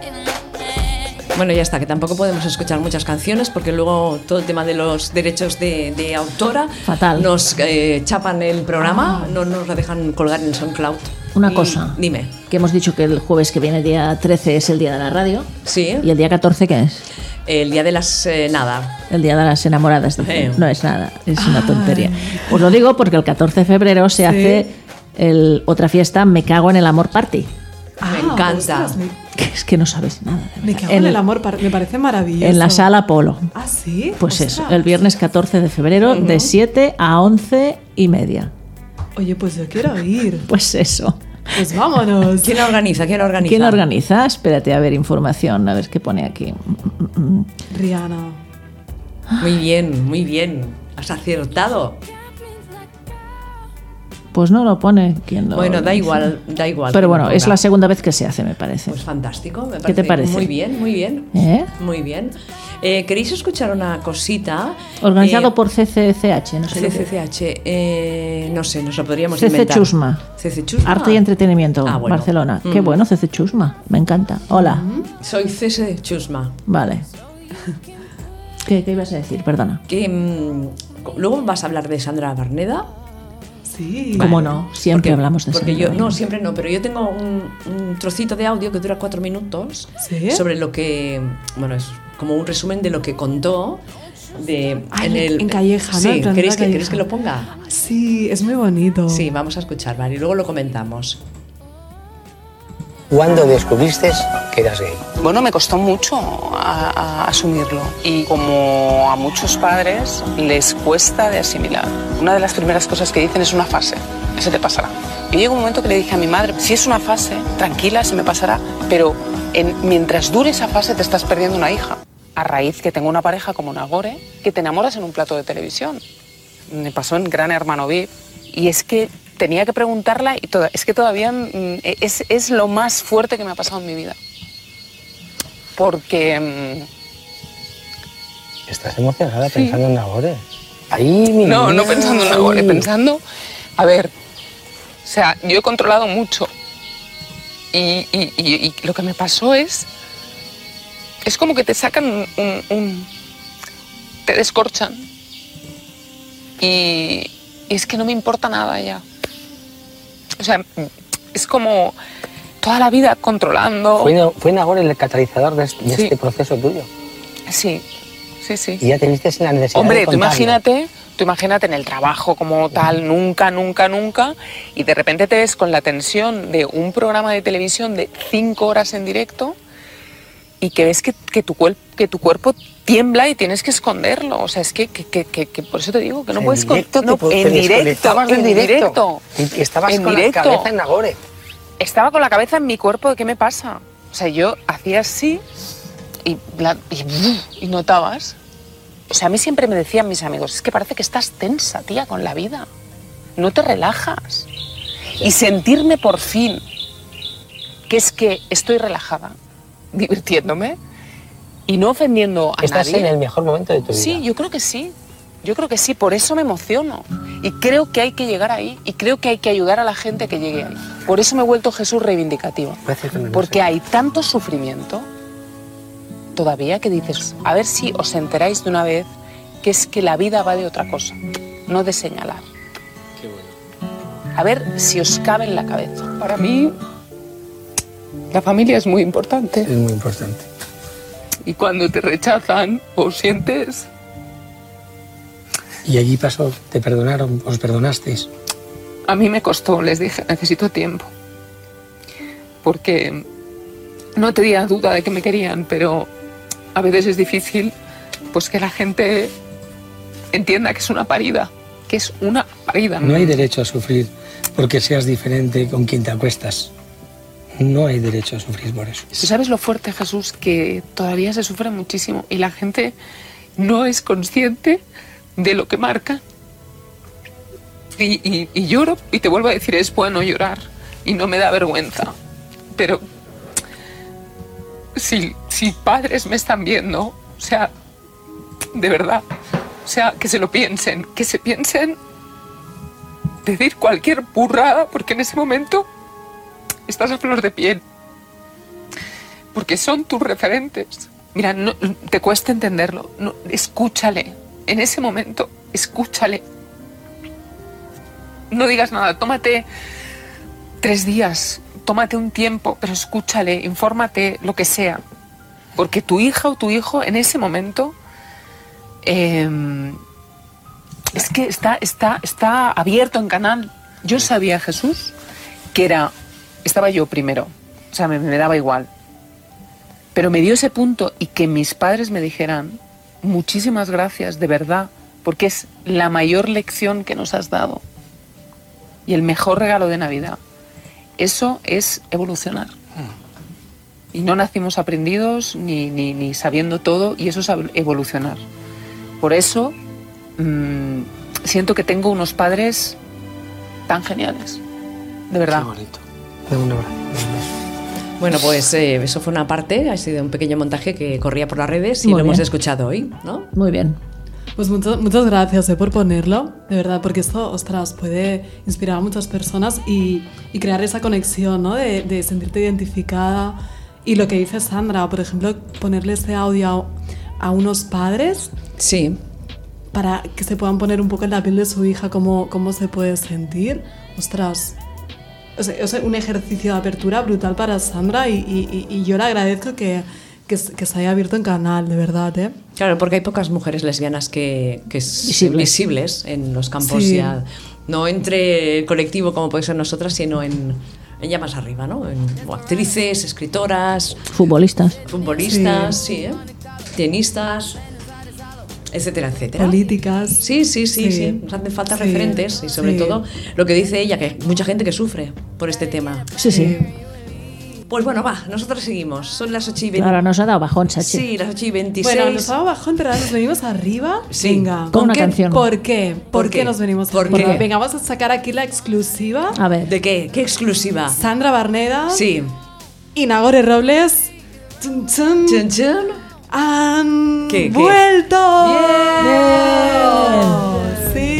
S4: in the plan.
S3: Bueno, ya está, que tampoco podemos escuchar muchas canciones porque luego todo el tema de los derechos de, de autora
S2: Fatal. Ah.
S3: nos eh, chapan el programa, no nos la dejan colgar en SoundCloud.
S2: Una
S3: Y-
S2: cosa.
S3: Dime.
S2: Que hemos dicho que el jueves que viene, día 13, es el día de la radio.
S3: Sí,
S2: ¿Y el día 14 qué es?
S3: el día de las eh, nada.
S2: El día de las enamoradas. dice.
S3: Eh.
S2: No es nada, es una tontería. Os lo digo porque el 14 de febrero se hace el, otra fiesta, Me Cago en el Amor Party.
S1: Ah,
S3: encanta.
S1: ostras, me,
S2: Que es que no sabes nada. de
S1: me
S2: verdad.
S1: cago en, el amor, par- me parece maravilloso.
S2: en la sala Polo.
S1: Ah, sí.
S2: Pues eso,
S1: Ostras.
S2: el viernes 14 de febrero de 7 a 11 y media.
S1: Oye, pues yo quiero ir.
S2: Pues eso.
S1: Pues vámonos.
S3: ¿Quién la organiza? ¿Quién la organiza?
S2: ¿Quién la organiza? Espérate a ver información, a ver qué pone aquí.
S1: Rihanna.
S3: Muy bien, muy bien. Has acertado.
S2: Pues no lo pone. ¿quién lo
S3: Bueno, da
S2: dice?
S3: igual, da igual.
S2: Pero
S3: que
S2: bueno,
S3: lo
S2: es
S3: ponga.
S2: la segunda vez que se hace, me parece.
S3: Pues fantástico, me parece.
S2: ¿Qué te parece?
S3: Muy bien, muy bien.
S2: ¿Eh?
S3: Muy bien. Eh, ¿Queréis escuchar una cosita?
S2: Organizado
S3: Eh,
S2: por CCCH, no sé. lo que-
S3: CCCH, eh, no sé, nos lo podríamos
S2: CC
S3: inventar.
S2: Chusma.
S3: CC Chusma.
S2: Arte y entretenimiento,
S3: Ah, bueno.
S2: Barcelona.
S3: Mm.
S2: Qué bueno, CC Chusma. Me encanta. Hola.
S3: Soy CC Chusma.
S2: Vale. ¿Qué, qué ibas a decir? Perdona.
S3: Que, mm, luego vas a hablar de Sandra Barneda.
S1: Sí.
S2: ¿Cómo no? Siempre
S3: Porque-
S2: hablamos de
S3: porque
S2: Sandra
S3: yo, No,
S2: Barneda.
S3: siempre no, pero yo tengo un, un trocito de audio que dura cuatro minutos
S1: ¿Sí?
S3: sobre lo que. Bueno, es como un resumen de lo que contó. De,
S1: Ah, en- en Calleja, ¿no?
S3: Sí,
S1: En Planeta
S3: ¿queréis, que,
S1: Calleja.
S3: queréis que lo ponga?
S1: Sí, es muy bonito.
S3: Sí, vamos a escuchar, vale, y luego lo comentamos.
S7: ¿Cuándo descubriste que eras gay?
S8: Bueno, me costó mucho a- a asumirlo y como a muchos padres les cuesta de asimilar. Una de las primeras cosas que dicen es una fase, se te pasará. Y llegó un momento que le dije a mi madre, si es una fase, tranquila, se me pasará, pero en- mientras dure esa fase te estás perdiendo una hija. A raíz que tengo una pareja como Nagore, que te enamoras en un plato de televisión. Me pasó en Gran Hermano VIP y es que tenía que preguntarla y toda- es que todavía mm, es- es lo más fuerte que me ha pasado en mi vida porque mm,
S7: Estás emocionada pensando en Nagore. Ahí, mi
S8: mm, no, no
S7: niña,
S8: pensando en la
S7: ahí.
S8: gore, pensando, a ver, o sea, yo he controlado mucho y, y- y- y lo que me pasó es, es como que te sacan un, un- un- te descorchan y, y es que no me importa nada ya, o sea, es como toda la vida controlando,
S7: Fue, Na- fue Nagore el catalizador de, este- de
S8: Sí.
S7: este proceso tuyo.
S8: sí, sí, sí.
S7: Y ya te viste sin la necesidad de
S8: Hombre, tú
S7: contarlo.
S8: imagínate, tú imagínate en el trabajo como tal, nunca, nunca, nunca, y de repente te ves con la tensión de un programa de televisión de cinco horas en directo y que ves que, que tu, cuerp- que tu cuerpo tiembla y tienes que esconderlo. O sea, es que, que, que- que- que por eso te digo que no
S7: En
S8: puedes... con-
S7: directo te
S8: no,
S7: pu- te
S8: en directo,
S7: desconectabas del
S8: en directo.
S7: Y, y estabas
S8: En
S7: con
S8: directo.
S7: la cabeza en Nagore.
S8: Estaba con la cabeza en mi cuerpo de qué me pasa. O sea, yo hacía así y, la- y, y notabas. O sea, a mí siempre me decían mis amigos, es que parece que estás tensa, tía, con la vida. No te relajas. Y sentirme por fin que es que estoy relajada, divirtiéndome y no ofendiendo a
S7: Estás
S8: nadie.
S7: en el mejor momento de tu vida.
S8: Sí, yo creo que sí. Yo creo que sí, por eso me emociono. Y creo que hay que llegar ahí. Y creo que hay que ayudar a la gente que llegue ahí. Por eso me he vuelto Jesús reivindicativa.
S7: Parece que me lo
S8: Porque
S7: sé.
S8: hay tanto sufrimiento todavía que dices, a ver si os enteráis de una vez que es que la vida va de otra cosa, no de señalar. A ver si os cabe en la cabeza. Para mí, la familia es muy importante.
S7: Es muy importante.
S8: Y cuando te rechazan o sientes
S7: Y allí pasó, te perdonaron, os perdonasteis.
S8: A mí me costó, les dije, necesito tiempo. Porque no tenía duda de que me querían, pero a veces es difícil pues que la gente entienda que es una parida, que es una parida.
S7: No hay derecho a sufrir porque seas diferente con quien te acuestas. No hay derecho a sufrir por eso.
S8: ¿Tú sabes lo fuerte, Jesús, que todavía se sufre muchísimo y la gente no es consciente de lo que marca? Y, y- y lloro y te vuelvo a decir, es bueno llorar y no me da vergüenza. Pero si, si padres me están viendo, o sea, de verdad, o sea, que se lo piensen, que se piensen decir cualquier burrada, porque en ese momento estás a flor de piel porque son tus referentes. Mira, no- te cuesta entenderlo. No, escúchale. En ese momento, escúchale. No digas nada. Tómate tres días, tómate un tiempo, pero escúchale, infórmate, lo que sea. Porque tu hija o tu hijo en ese momento eh, es que está, está, está abierto en canal. Yo sabía, Jesús, que era. Estaba yo primero. O sea, me- me daba igual. Pero me dio ese punto y que mis padres me dijeran, muchísimas gracias, de verdad, porque es la mayor lección que nos has dado y el mejor regalo de Navidad. Eso es evolucionar. Y no nacimos aprendidos ni, ni- ni sabiendo todo y eso es ab- evolucionar. Por eso mm, siento que tengo unos padres tan geniales. De verdad.
S7: Qué bonito. Dame un abrazo.
S3: Bueno, pues eh, eso fue una parte, ha sido un pequeño montaje que corría por las redes y
S2: Muy
S3: lo hemos
S2: bien.
S3: escuchado hoy, ¿no?
S2: Muy bien.
S1: Pues mucho- muchas gracias eh, por ponerlo, de verdad, porque esto, ostras, puede inspirar a muchas personas y, y crear esa conexión, ¿no? De, de sentirte identificada. Y lo que dice Sandra, por ejemplo, ponerle ese audio a, a unos padres
S3: Sí.
S1: para que se puedan poner un poco en la piel de su hija, cómo, cómo se puede sentir. Ostras, o sea, o sea, un ejercicio de apertura brutal para Sandra y, y- y- y yo le agradezco que, que se- que se haya abierto en canal, de verdad, ¿eh?
S3: Claro, porque hay pocas mujeres lesbianas que, que s-
S2: Visibles.
S3: visibles en los campos
S1: Sí.
S3: ya, no entre el colectivo como puede ser nosotras, sino en, en ya más arriba, ¿no? En, o actrices, escritoras,
S2: Futbolistas.
S3: futbolistas, sí, ¿eh? tenistas, etcétera, etcétera.
S1: Políticas.
S3: Sí, sí, sí,
S1: Sí.
S3: sí, Nos hacen falta
S1: Sí,
S3: referentes y sobre
S1: sí.
S3: todo lo que dice ella, que hay mucha gente que sufre por este tema.
S2: Sí, sí.
S3: Eh, Pues bueno, va, nosotros seguimos. Son las 8 y 20.
S2: Ahora nos ha dado bajón, Sachi.
S3: Sí, las 8 y 26.
S1: Bueno, nos vamos bajón, pero ahora nos venimos arriba.
S3: Sí.
S1: Venga.
S2: Con una
S3: qué?
S2: canción.
S1: ¿Por qué? ¿Por,
S3: ¿Por
S1: qué?
S3: qué?
S1: nos venimos
S3: ¿Por
S1: arriba?
S3: qué?
S1: Venga, vamos a sacar aquí la exclusiva.
S2: A ver.
S3: ¿De qué? ¿Qué exclusiva?
S1: Sandra Barneda.
S3: Sí.
S1: Y Nagore Robles. Chun, chun,
S3: Chun, chun.
S1: Han
S3: ¿Qué, qué?
S1: vuelto.
S3: Bien.
S1: Sí.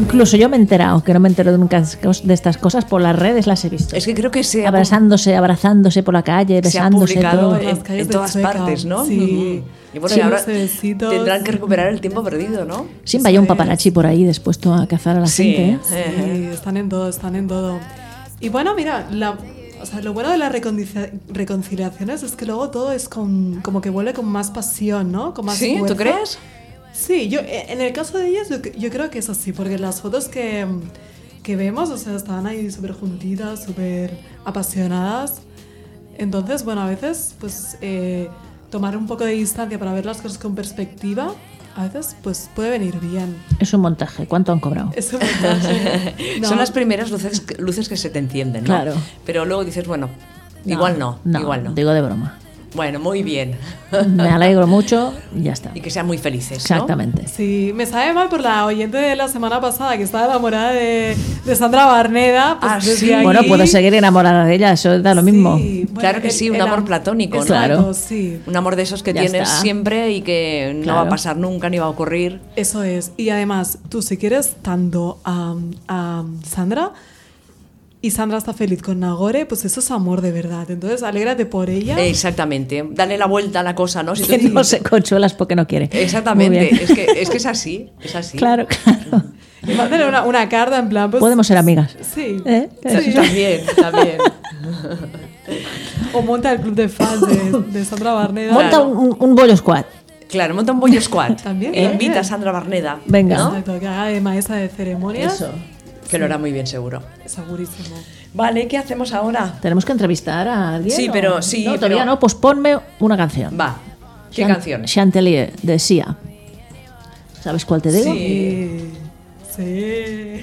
S2: Incluso yo me he enterado, que no me entero nunca de estas cosas, por las redes las he visto.
S3: Es que creo que se ha,
S2: Abrazándose, abrazándose por la calle,
S3: se ha
S2: besándose.
S3: publicado
S2: todo.
S1: Por las
S3: en,
S1: calles
S3: en
S1: de
S3: todas
S1: Chueca.
S3: partes, ¿no?
S1: Sí.
S3: Ujú. Y bueno,
S1: Sí,
S3: y ahora
S1: unos besitos.
S3: tendrán que recuperar el tiempo perdido, ¿no?
S2: Sin vaya un
S1: Eso es.
S2: paparazzi por ahí dispuesto a cazar a la
S3: Sí.
S2: gente. ¿eh?
S1: Sí, están en todo, están en todo. Y bueno, mira, la- o sea, lo bueno de las recondici- reconciliaciones es que luego todo es con, como que vuelve con más pasión, ¿no? Con más
S3: ¿Sí? ¿Tú
S1: fuerza.
S3: crees?
S1: Sí, yo, eh, en el caso de ellas yo, cre- yo creo que es así, porque las fotos que, que vemos, o sea, estaban ahí súper juntitas, súper apasionadas. Entonces, bueno, a veces, pues, eh, tomar un poco de distancia para ver las cosas con perspectiva, a veces, pues, puede venir bien.
S2: Es un montaje. ¿Cuánto han cobrado?
S1: Es un montaje. No.
S3: Son las primeras luces, que- luces que se te encienden, ¿no?
S2: Claro.
S3: Pero luego dices, bueno, igual no, igual no.
S2: Digo de broma.
S3: Bueno, muy bien.
S2: Me alegro mucho y ya está.
S3: y que sean muy felices, ¿no?
S2: Exactamente.
S1: Sí, me sabe mal por la oyente de la semana pasada que estaba enamorada de, de Sandra Barneda. Pues
S3: Ah,
S1: desde
S3: sí.
S1: aquí-
S2: Bueno, puedo seguir enamorada de ella, eso da lo mismo.
S1: Sí, bueno,
S3: Claro que
S1: el-
S3: sí, un
S1: el
S3: amor
S1: am-
S3: platónico, ¿no?
S1: Exacto,
S2: Claro.
S1: sí.
S3: Un amor de esos que
S2: Ya
S3: tienes
S2: está.
S3: siempre y que no va a
S2: Claro.
S3: pasar nunca ni va a ocurrir.
S1: Eso es. Y además, tú si quieres tanto a, a Sandra y Sandra está feliz con Nagore, pues eso es amor de verdad. Entonces, alégrate por ella.
S3: Exactamente. Dale la vuelta a la cosa, ¿no? Si tú
S2: Que no
S3: dices-
S2: se consuelas porque no quiere. Muy
S3: Exactamente.
S2: bien.
S3: Es que, es que es así. Es así.
S2: Claro, claro.
S1: Y mándale una, una carta en plan, pues...
S2: Podemos ser amigas.
S1: Sí.
S2: ¿Eh?
S3: Sí, También, también.
S1: O monta el club de fans de, de Sandra Barneda.
S2: Monta un, un- un bollo squad.
S3: Claro, monta un bollo squad.
S1: También,
S3: E Invita
S1: también.
S3: a Sandra Barneda.
S2: Venga.
S3: ¿no?
S1: Exacto, que haga de maestra de ceremonias.
S3: Que lo hará muy bien, seguro.
S1: Segurísimo.
S3: Vale, ¿qué hacemos ahora?
S2: Tenemos que entrevistar a alguien.
S3: Sí,
S2: o-
S3: pero- sí,
S2: No, todavía
S3: pero-
S2: no, pues ponme una canción.
S3: Va. ¿Qué
S2: Chan-
S3: canción?
S2: Chantelier, de Sia. ¿Sabes cuál te digo?
S3: Sí.
S1: Sí. Sí.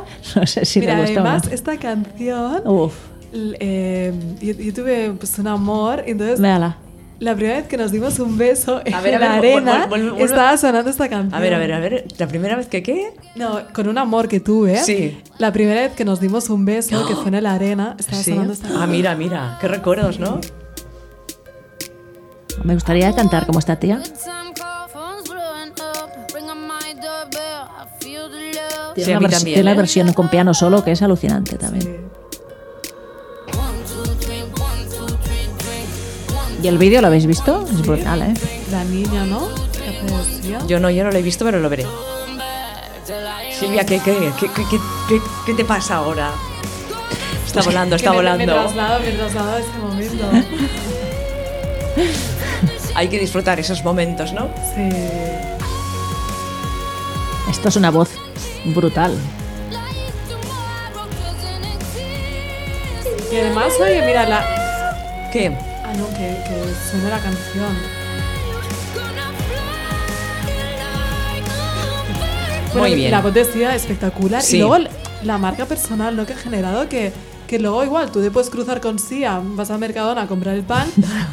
S2: No sé si
S1: Mira,
S2: me gusta Oh. o no.
S1: además, esta canción.
S2: Uf,
S1: l- eh, yo, yo tuve pues, un amor, entonces
S2: véala.
S1: la primera vez que nos dimos un beso en
S3: A ver, a
S1: la
S3: ver, vuel-
S1: arena
S3: vuel- vuelve-
S1: estaba sonando esta canción.
S3: A ver, a ver, a ver. ¿La primera vez que qué?
S1: No, con un amor que tuve.
S3: Sí.
S1: La primera vez que nos dimos un beso, que fue en la arena, estaba sonando esta
S3: Ah,
S1: canción.
S3: mira, mira. Qué recuerdos, ¿no?
S2: Me gustaría cantar como esta tía.
S4: Time call, phones blowing up. Ring on my doorbell, I feel the love.
S3: Sí,
S2: Tiene
S3: a
S2: una,
S3: mí
S2: vers-
S3: también,
S2: tiene una
S3: ¿eh?
S2: versión con piano solo que es alucinante también. ¿Y el vídeo lo habéis visto? Es brutal, ¿eh?
S1: La niña, ¿no? Que hace poesía.
S3: Yo no, yo no lo he visto, pero lo veré. Silvia, ¿qué, qué, qué, qué, qué- qué- qué te pasa ahora? Está volando,
S1: Pues Que
S3: está
S1: me- Me
S3: volando.
S1: traslado, me traslado a ese momento.
S3: Hay que disfrutar esos momentos, ¿no?
S1: Sí.
S2: Esto es una voz brutal.
S1: Y además, oye, mira la.
S3: ¿Qué?
S1: Ah, no, que, que suena la canción. Bueno,
S3: Muy bien.
S1: La voz de Sia espectacular.
S3: Sí.
S1: Y luego l- la marca personal, ¿no? Que ha generado que, que luego igual tú te puedes cruzar con Sia, vas a Mercadona a comprar el pan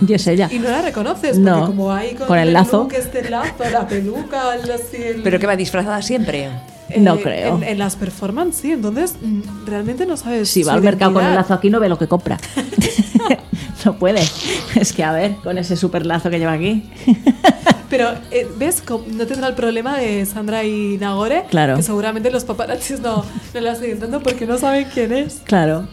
S2: Y es ella.
S1: y no la reconoces. Porque
S2: No,
S1: como hay con,
S2: con el lazo.
S1: look, este lazo, la peluca, el, así, el- ¿Ah?
S3: ¿Pero que va disfrazada siempre?
S2: No creo.
S1: En, en las performances, sí. Entonces, mm, realmente no sabes.
S2: Si va
S1: su
S2: al mercado con el
S1: identidad.
S2: lazo aquí, no ve lo que compra. no puede. Es que, a ver, con ese super lazo que lleva aquí.
S1: Pero, eh, ¿ves? Com- No tendrá el problema de Sandra y Nagore.
S2: Claro.
S1: Que seguramente los paparazzis no, no la siguen dando porque no saben quién es.
S2: Claro.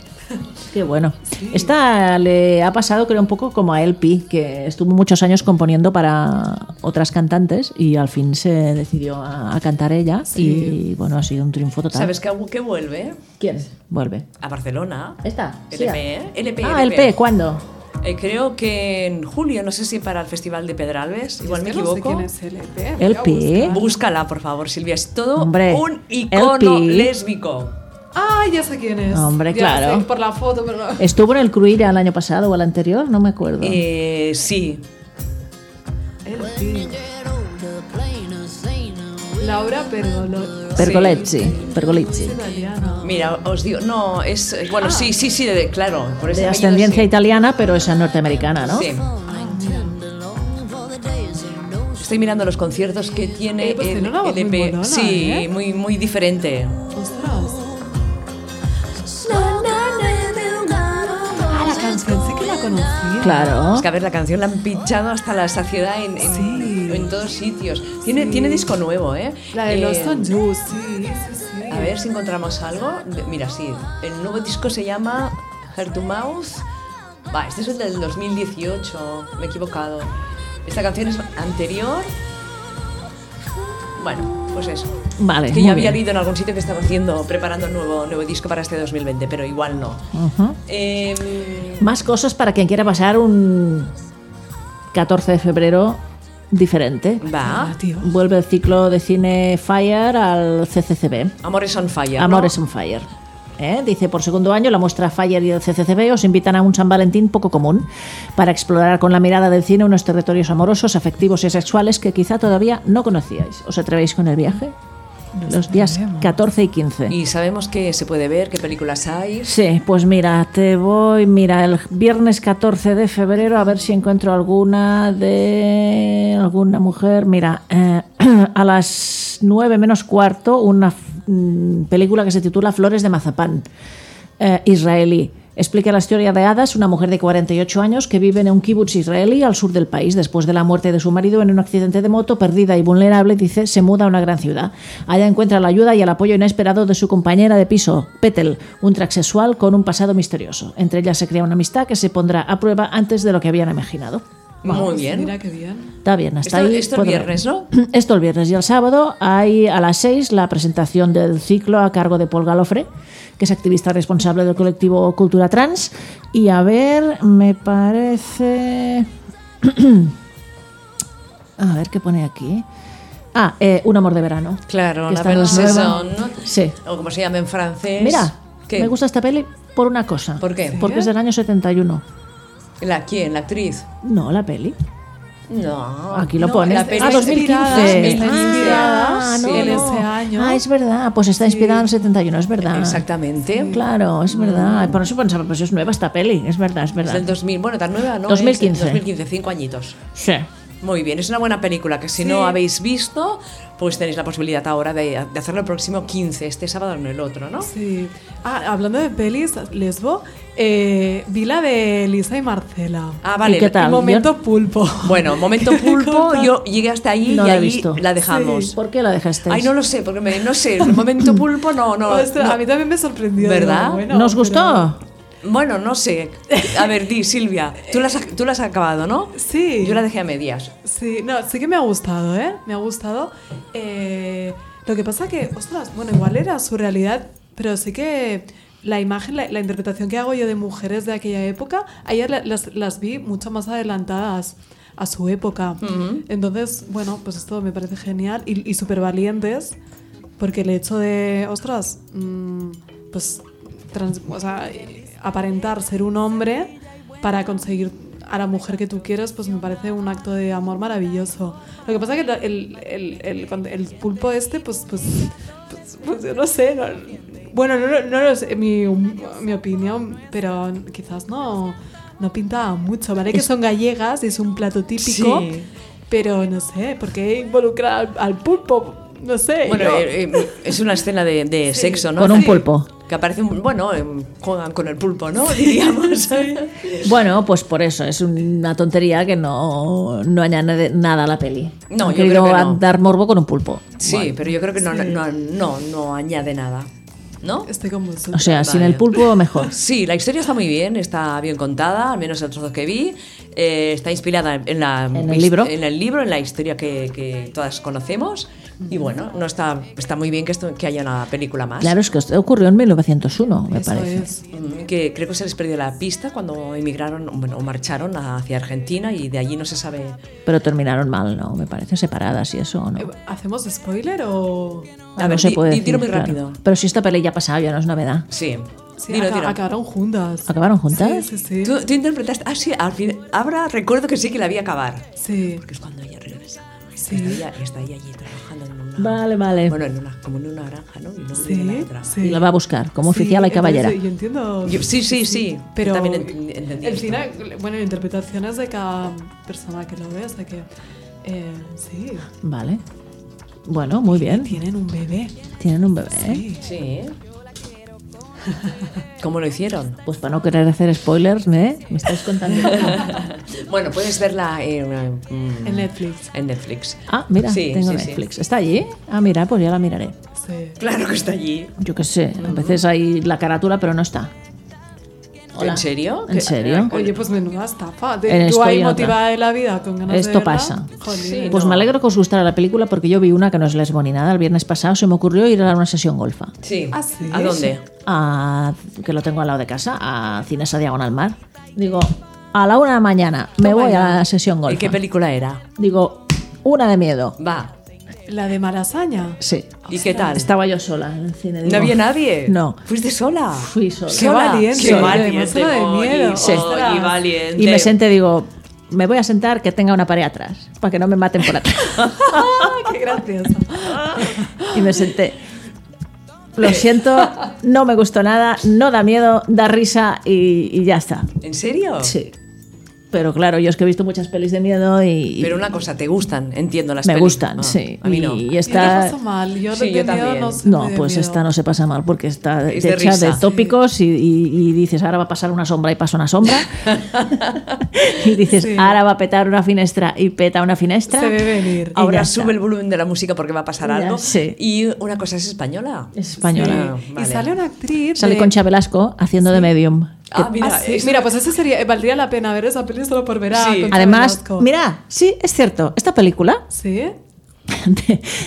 S2: Qué bueno. Esta le ha pasado, creo, un poco como a Elpi, que estuvo muchos años componiendo para otras cantantes y al fin se decidió a, a cantar ella. Y bueno, ha sido un triunfo total.
S3: ¿Sabes que, que vuelve?
S2: quién? Vuelve.
S3: A Barcelona.
S2: ¿Esta?
S3: LP, ¿eh? LP.
S2: ah, LP, ¿cuándo?
S3: Eh, creo que en julio, no sé si para el Festival de Pedralbes, igual me
S1: Es que no sé
S3: equivoco.
S1: quién es LP. voy a
S2: LP.
S1: buscar.
S3: Búscala, por favor, Silvia. Es todo
S2: Hombre,
S3: un icono
S2: LP.
S3: lésbico.
S1: Ah, ya sé quién es.
S2: Hombre,
S1: Ya
S2: claro. Eh.
S1: sé, por la foto, pero no.
S2: Estuvo en el Cruira el año pasado o el anterior, no me acuerdo.
S3: Eh, sí.
S1: LP. Laura Pergolo.
S2: Pergolezzi, Pergolizzi.
S3: Pues
S1: Italiana.
S3: Mira, os digo, no, es. eh, Bueno, sí, sí, sí, de- claro. Por ese
S2: De
S3: apellido,
S2: ascendencia
S3: sí.
S2: italiana, pero esa norteamericana, ¿no?
S3: Sí. Estoy mirando los conciertos que tiene
S1: Eh, pues
S3: el
S1: tiene una voz muy
S3: LP.
S1: molona,
S3: sí,
S1: ¿eh?
S3: muy, muy diferente.
S1: Ostras. Ah, la canción sí que la ¿eh? conocía.
S2: Claro.
S3: Es que a ver, la canción la han pinchado hasta la saciedad en, en,
S1: Sí.
S3: en todos sitios. Tiene, tiene disco nuevo, ¿eh?
S1: La de los
S3: Eh,
S1: Sanjus, sí, sí, sí.
S3: A ver si encontramos algo. De- Mira, sí. El nuevo disco se llama Heart to Mouth. Va, este es el del 2018. Me he equivocado. Esta canción es anterior. Bueno, pues eso.
S2: Vale.
S3: Es que
S2: muy
S3: ya había
S2: bien.
S3: leído en algún sitio que estaba haciendo, preparando un nuevo, nuevo disco para este 2020, pero igual no.
S2: Ujú.
S3: Em,
S2: Más cosas para quien quiera pasar un 14 de febrero diferente.
S3: va.
S1: Ah, tío.
S2: Vuelve el ciclo de cine Fire al CCCB.
S3: Amores on Fire. ¿no?
S2: Amores on Fire. ¿Eh? Dice, por segundo año, la muestra Fire y el CCCB os invitan a un San Valentín poco común para explorar con la mirada del cine unos territorios amorosos, afectivos y sexuales que quizá todavía no conocíais. ¿Os atrevéis con el viaje? Los días 14 y 15.
S3: Y sabemos que se puede ver, qué películas hay.
S2: Sí, pues mira, te voy, mira, el viernes 14 de febrero a ver si encuentro alguna de alguna mujer. Mira, eh, a las 9 menos cuarto una f- mm, película que se titula Flores de Mazapán, eh, israelí. Explica la historia de Hadas, una mujer de 48 años que vive en un kibutz israelí al sur del país. Después de la muerte de su marido en un accidente de moto, perdida y vulnerable, dice, se muda a una gran ciudad. Allá encuentra la ayuda y el apoyo inesperado de su compañera de piso, Petel, un transexual con un pasado misterioso. Entre ellas se crea una amistad que se pondrá a prueba antes de lo que habían imaginado.
S3: Muy bien.
S1: Pues Mira qué bien.
S2: Está bien, hasta
S3: Esto-
S2: ahí.
S3: esto el
S2: puedo ver.
S3: viernes, ¿no?
S2: Esto el viernes y el sábado hay a las 6 la presentación del ciclo a cargo de Paul Galofre, que es activista responsable del colectivo Cultura Trans. Y a ver, me parece. a ver qué pone aquí. Ah, eh, Un amor de verano.
S3: Claro,
S2: Que
S3: la
S2: esta no es
S3: Belle
S2: nueva.
S3: Saison, ¿no?
S2: Sí.
S3: O como se llama en francés.
S2: Mira,
S3: ¿Qué?
S2: me gusta esta peli por una cosa.
S3: ¿Por qué?
S2: Porque es del año 71.
S3: ¿La quién? ¿La actriz?
S2: No, la peli.
S3: No.
S2: Aquí lo
S3: no,
S2: pones.
S3: la peli
S2: ah,
S3: es
S1: inspirada,
S2: 2015.
S1: está
S2: Ah,
S1: inspirada,
S2: no,
S1: sí, en
S2: no.
S1: ese año.
S2: Ah, es verdad. Pues está inspirada en el 71, es verdad.
S3: Exactamente. Mm.
S2: Claro, es verdad. Por eso pensaba, pues es nueva esta peli. Es verdad, es
S3: Es del
S2: verdad.
S3: 2000, bueno, tan nueva, ¿no?
S2: 2015.
S3: Es del 2015, cinco añitos.
S2: Sí.
S3: Muy bien, es una buena película que si no habéis visto, pues tenéis la posibilidad ahora de, de hacerlo el próximo 15, este sábado no el otro, ¿no?
S1: Sí. Ah, hablando de pelis, Lesbo, eh, vi la de Lisa y Marcela.
S3: Ah, vale.
S2: ¿Y qué tal?
S1: El momento pulpo.
S3: Bueno, momento pulpo, yo llegué hasta ahí
S2: No
S3: y
S2: la he
S3: ahí
S2: visto. pues,
S3: la dejamos.
S2: ¿Por qué la dejaste?
S3: Ay, no lo sé, porque me, no sé, el momento pulpo no, no.
S1: Ostras,
S3: no.
S1: a mí también me sorprendió.
S3: ¿Verdad?
S1: Digo, bueno,
S2: ¿Nos
S1: pero-
S2: gustó?
S3: Bueno, no sé. A ver, di, Silvia, tú las has, tú las has acabado, ¿no?
S1: Sí.
S3: Yo la dejé a medias.
S1: Sí, no, sí que me ha gustado, ¿eh? Me ha gustado. Eh, lo que pasa que, ostras, bueno, igual era su realidad, pero sí que la imagen, la, la interpretación que hago yo de mujeres de aquella época, ayer las, las vi mucho más adelantadas a su época. Entonces, bueno, pues esto me parece genial y, y súper valientes, porque el hecho de, ostras, mm, pues trans- o sea, eh, aparentar ser un hombre para conseguir a la mujer que tú quieres, pues me parece un acto de amor maravilloso. Lo que pasa es que el, el- el- el- el pulpo este, pues, pues, pues, pues yo no sé. no- bueno, no, no, no lo sé, mi, mi opinión, pero quizás no, no pinta mucho. Vale que son gallegas y es un plato típico,
S3: Sí.
S1: pero no sé, ¿por qué involucrar al, al pulpo? No sé.
S3: Bueno,
S1: yo-
S3: eh, eh, es una escena de, de sexo, ¿no?
S2: Con un pulpo.
S3: Que aparece un. Bueno, em, juegan con el pulpo, ¿no? Diríamos.
S2: Bueno, pues por eso, es una tontería que no, no añade nada a la peli.
S3: No,
S2: Han
S3: yo creo
S2: querido
S3: que no.
S2: dar morbo con un pulpo.
S3: Sí, pero yo creo que no, no, no, no añade nada. ¿No?
S1: Estoy con vosotros.
S2: O sea, sin
S3: Vale.
S2: el pulpo mejor.
S3: Sí, la historia está muy bien, está bien contada, al menos el trozo que vi. Eh, está inspirada en, la,
S2: En el libro.
S3: en el libro, en la historia que, que todas conocemos. Y bueno, no está, está muy bien que, esto, que haya una película más.
S2: Claro, es que esto ocurrió en 1901, me parece.
S3: Mm, Que creo que se les perdió la pista cuando emigraron bueno, o marcharon hacia Argentina y de allí no se sabe.
S2: Pero terminaron mal, ¿no? Me parece separadas y eso, ¿no?
S1: Eh, ¿Hacemos spoiler o.?
S3: A
S2: Ah, No
S3: ver,
S2: se
S3: di-
S2: puede
S3: di-
S2: decir,
S3: tiro muy
S2: claro.
S3: rápido.
S2: Pero si esta peli ya ha pasado, ya no es novedad.
S3: Sí,
S1: Sí,
S3: Dilo,
S1: aca-
S3: tiro.
S1: acabaron juntas.
S2: ¿Acabaron juntas?
S1: Sí, sí, sí.
S3: ¿Tú, tú interpretaste. Ah, sí, al fin- ahora recuerdo que sí que la vi acabar.
S1: Sí.
S3: Porque es cuando ella regresa.
S1: Sí.
S3: Está ella, está ella allí trabajando en una.
S2: Vale, vale.
S3: Bueno, en una, como en una granja, ¿no? Y luego
S1: Sí,
S3: viene la otra.
S1: sí.
S2: Y la va a buscar, como
S1: Sí,
S2: oficial y
S1: entonces,
S2: caballera.
S1: Yo entiendo.
S3: Yo- sí, sí, sí,
S1: Pero
S3: yo también ent- entendí
S1: el
S3: esto.
S1: final, bueno, interpretaciones de cada persona que lo ve, hasta que. eh, sí.
S2: Vale. Bueno, muy bien.
S1: Tienen un bebé.
S2: Tienen un bebé. ¿eh?
S1: Sí.
S3: Sí. ¿Cómo lo hicieron?
S2: Pues para no querer hacer spoilers, ¿eh? Me estáis contando.
S3: Bueno, puedes verla en, mm,
S1: En Netflix.
S3: en Netflix.
S2: ah, mira,
S3: Sí,
S2: tengo
S3: sí, sí.
S2: Netflix. ¿Está allí? Ah, mira, pues ya la miraré.
S1: Sí.
S3: Claro que está allí.
S2: Yo qué sé, a veces hay la carátula, pero no está. Hola.
S3: ¿En serio? Ah,
S2: ¿En
S3: Que-
S2: serio?
S1: Oye, pues menuda estafa.
S2: En
S1: De- Tú
S2: estoy
S1: ahí
S2: nota.
S1: motivada de la vida con ganas de
S2: Esto
S1: verla.
S2: pasa.
S1: Jolín.
S3: Sí.
S2: Pues
S3: no.
S2: me alegro que os gustara la película porque yo vi una que no es lesbo ni nada. El viernes pasado se me ocurrió ir a una sesión golfa.
S3: Sí.
S1: Ah, sí.
S3: ¿A dónde?
S2: a- que lo tengo al lado de casa, a Cines a Diagonal Mar. Digo, a la una de la mañana me voy a la sesión
S3: ¿Y
S2: golf.
S3: qué película era?
S2: Digo, una de miedo.
S3: Va.
S1: La de Malasaña.
S2: Sí.
S3: ¿Y qué tal?
S2: Estaba yo sola en el cine.
S3: ¿No
S2: digo,
S3: había nadie?
S2: No.
S3: Fuiste sola.
S2: Fui sola.
S1: Qué valiente,
S3: Qué
S1: oye,
S3: valiente.
S1: además era de
S3: Oli,
S1: miedo.
S2: Sí.
S3: Oli, valiente.
S2: Y me senté, digo, me voy a sentar que tenga una pared atrás, para que no me maten por atrás.
S1: Ah, Qué gracioso.
S2: y me senté.
S3: Eh.
S2: Lo siento, no me gustó nada, no da miedo, da risa y, y ya está.
S3: ¿En serio?
S2: Sí. Pero claro, yo es que he visto muchas pelis de miedo y.
S3: Pero una cosa, ¿te gustan? Entiendo las
S2: me
S3: pelis.
S2: gustan,
S3: Ah,
S2: sí.
S3: A mí no.
S2: Y
S1: Yo
S2: está.
S1: lo paso mal. Yo
S3: Sí,
S1: de
S3: yo
S1: miedo
S3: también.
S1: no soy
S2: No,
S1: muy de
S2: pues
S1: miedo.
S2: esta no se pasa mal porque está
S3: Es de
S2: hecha de
S3: risa.
S2: tópicos y, y- y dices, ahora va a pasar una sombra y pasa una sombra. y dices,
S1: Sí.
S2: ahora va a petar una finestra y peta una finestra.
S1: Se ve venir.
S2: Y ya
S3: Ahora
S2: está.
S3: sube el volumen de la música porque va a pasar
S2: Ya,
S3: algo.
S2: sí.
S3: Y una cosa es española.
S2: Es española.
S3: Sí.
S1: Y
S3: Ah, Vale.
S1: sale una actriz.
S2: Sale
S1: de-
S2: Concha Velasco haciendo de medium. Que-
S3: Ah, mira,
S1: Ah, sí.
S3: es-
S1: Mira, pues eso sería, eh, valdría la pena ver esa peli solo por ver a
S3: Sí.
S1: Concha
S2: Además,
S1: Velasco.
S2: mira, sí, es cierto, esta película,
S1: Sí.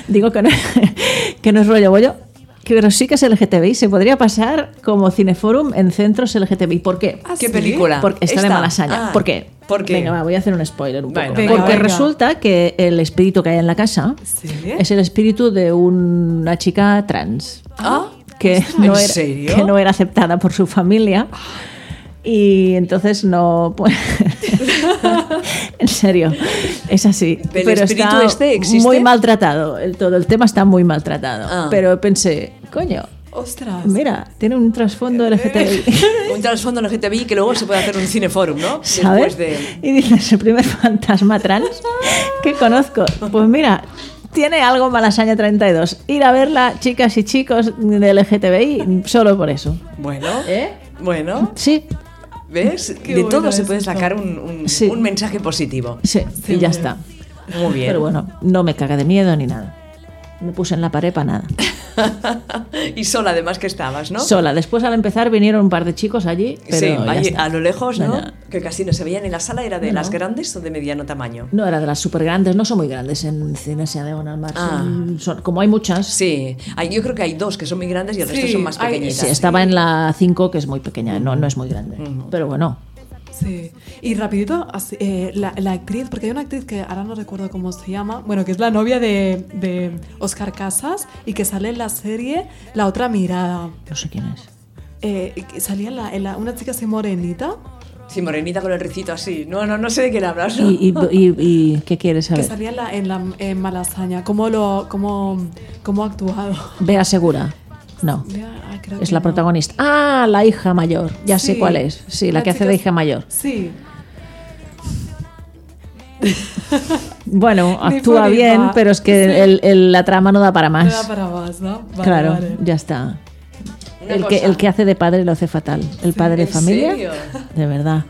S2: digo que no, que no es rollo bollo, que- pero sí que es LGTBI, se podría pasar como cineforum en centros LGTBI. ¿Por qué?
S1: Ah,
S3: ¿Qué
S1: sí?
S3: película?
S2: Porque está de Malasaña.
S3: Ah,
S2: ¿Por qué?
S3: ¿Por qué?
S2: Venga, va, voy a hacer un spoiler un poco.
S3: Bueno,
S1: venga,
S2: Porque
S1: venga.
S2: resulta que el espíritu que hay en la casa
S1: Sí.
S2: es el espíritu de una chica trans
S3: Ah,
S2: que
S3: ¿en
S2: no, era,
S3: serio?
S2: que no era aceptada por su familia. Y entonces no. pues- en serio, es así.
S3: ¿El
S2: Pero
S3: espíritu
S2: está
S3: este existe?
S2: muy maltratado. El, todo el tema está muy maltratado.
S3: Ah.
S2: Pero pensé, coño,
S1: Ostras.
S2: mira, tiene un trasfondo LGTBI.
S3: un trasfondo LGTBI que luego se puede hacer un cineforum, ¿no?
S2: ¿sabes?
S3: Después de...
S2: Y dices, el primer fantasma trans que conozco. Pues mira, tiene algo Malasaña 32. Ir a verla, chicas y chicos de LGTBI, solo por eso.
S3: Bueno,
S2: ¿Eh?
S3: bueno,
S2: Sí,
S3: ¿ves?
S1: Qué
S3: de
S1: bueno
S3: todo se
S1: es
S3: puede
S1: esto.
S3: sacar un, un-
S2: Sí.
S3: un mensaje positivo.
S2: sí, y ya está.
S3: Muy bien.
S2: Pero bueno, no me caga de miedo ni nada. Me puse en la pared para nada.
S3: y sola además que estabas, ¿no?
S2: Sola. Después al empezar vinieron un par de chicos allí, pero
S3: sí,
S2: ya
S3: ahí
S2: está.
S3: a lo lejos, ¿no?
S2: No,
S3: Que casi no se veía ni la sala, era de las grandes o de mediano tamaño.
S2: No era de las super grandes, no son muy grandes en Cines de Mar. son- son- como hay muchas.
S3: Sí, hay- yo creo que hay dos que son muy grandes y el resto
S1: Sí,
S3: son más
S1: hay-
S3: pequeñitas.
S2: Sí, estaba en la 5, que es muy pequeña, no, no es muy grande. Pero bueno,
S1: Sí. Y rapidito, así, eh, la, la actriz, porque hay una actriz que ahora no recuerdo cómo se llama, bueno, que es la novia de, de Oscar Casas y que sale en la serie La Otra Mirada.
S2: no sé quién es.
S1: Eh, y que salía en la- en la- una chica así morenita,
S3: Sí, morenita con el ricito así. No, no, no sé de quién hablas. ¿no?
S2: ¿Y, y, y- y qué quieres
S1: que
S2: saber?
S1: salía en la, en la en Malasaña. ¿Cómo, lo, cómo, cómo ha actuado?
S2: Bea Segura. No.
S1: Ya, creo
S2: Es
S1: que
S2: la
S1: no.
S2: protagonista. Ah, la hija mayor. Ya sé
S1: Sí. Ah,
S2: cuál es. Sí, la, que hace
S1: chica
S2: de
S1: es-
S2: hija mayor.
S1: Sí.
S2: Bueno,
S1: Ni
S2: actúa
S1: fu ni
S2: bien,
S1: fa.
S2: pero es que
S1: Sí.
S2: el- el- la trama no da para
S1: No da
S2: más.
S1: para más, ¿no? Vale,
S2: Ah, claro,
S1: vale.
S2: ya está.
S3: Una
S2: El que,
S3: cosa.
S2: el que hace de padre lo hace fatal. El padre de
S3: ¿en
S2: familia.
S3: serio?
S2: De verdad.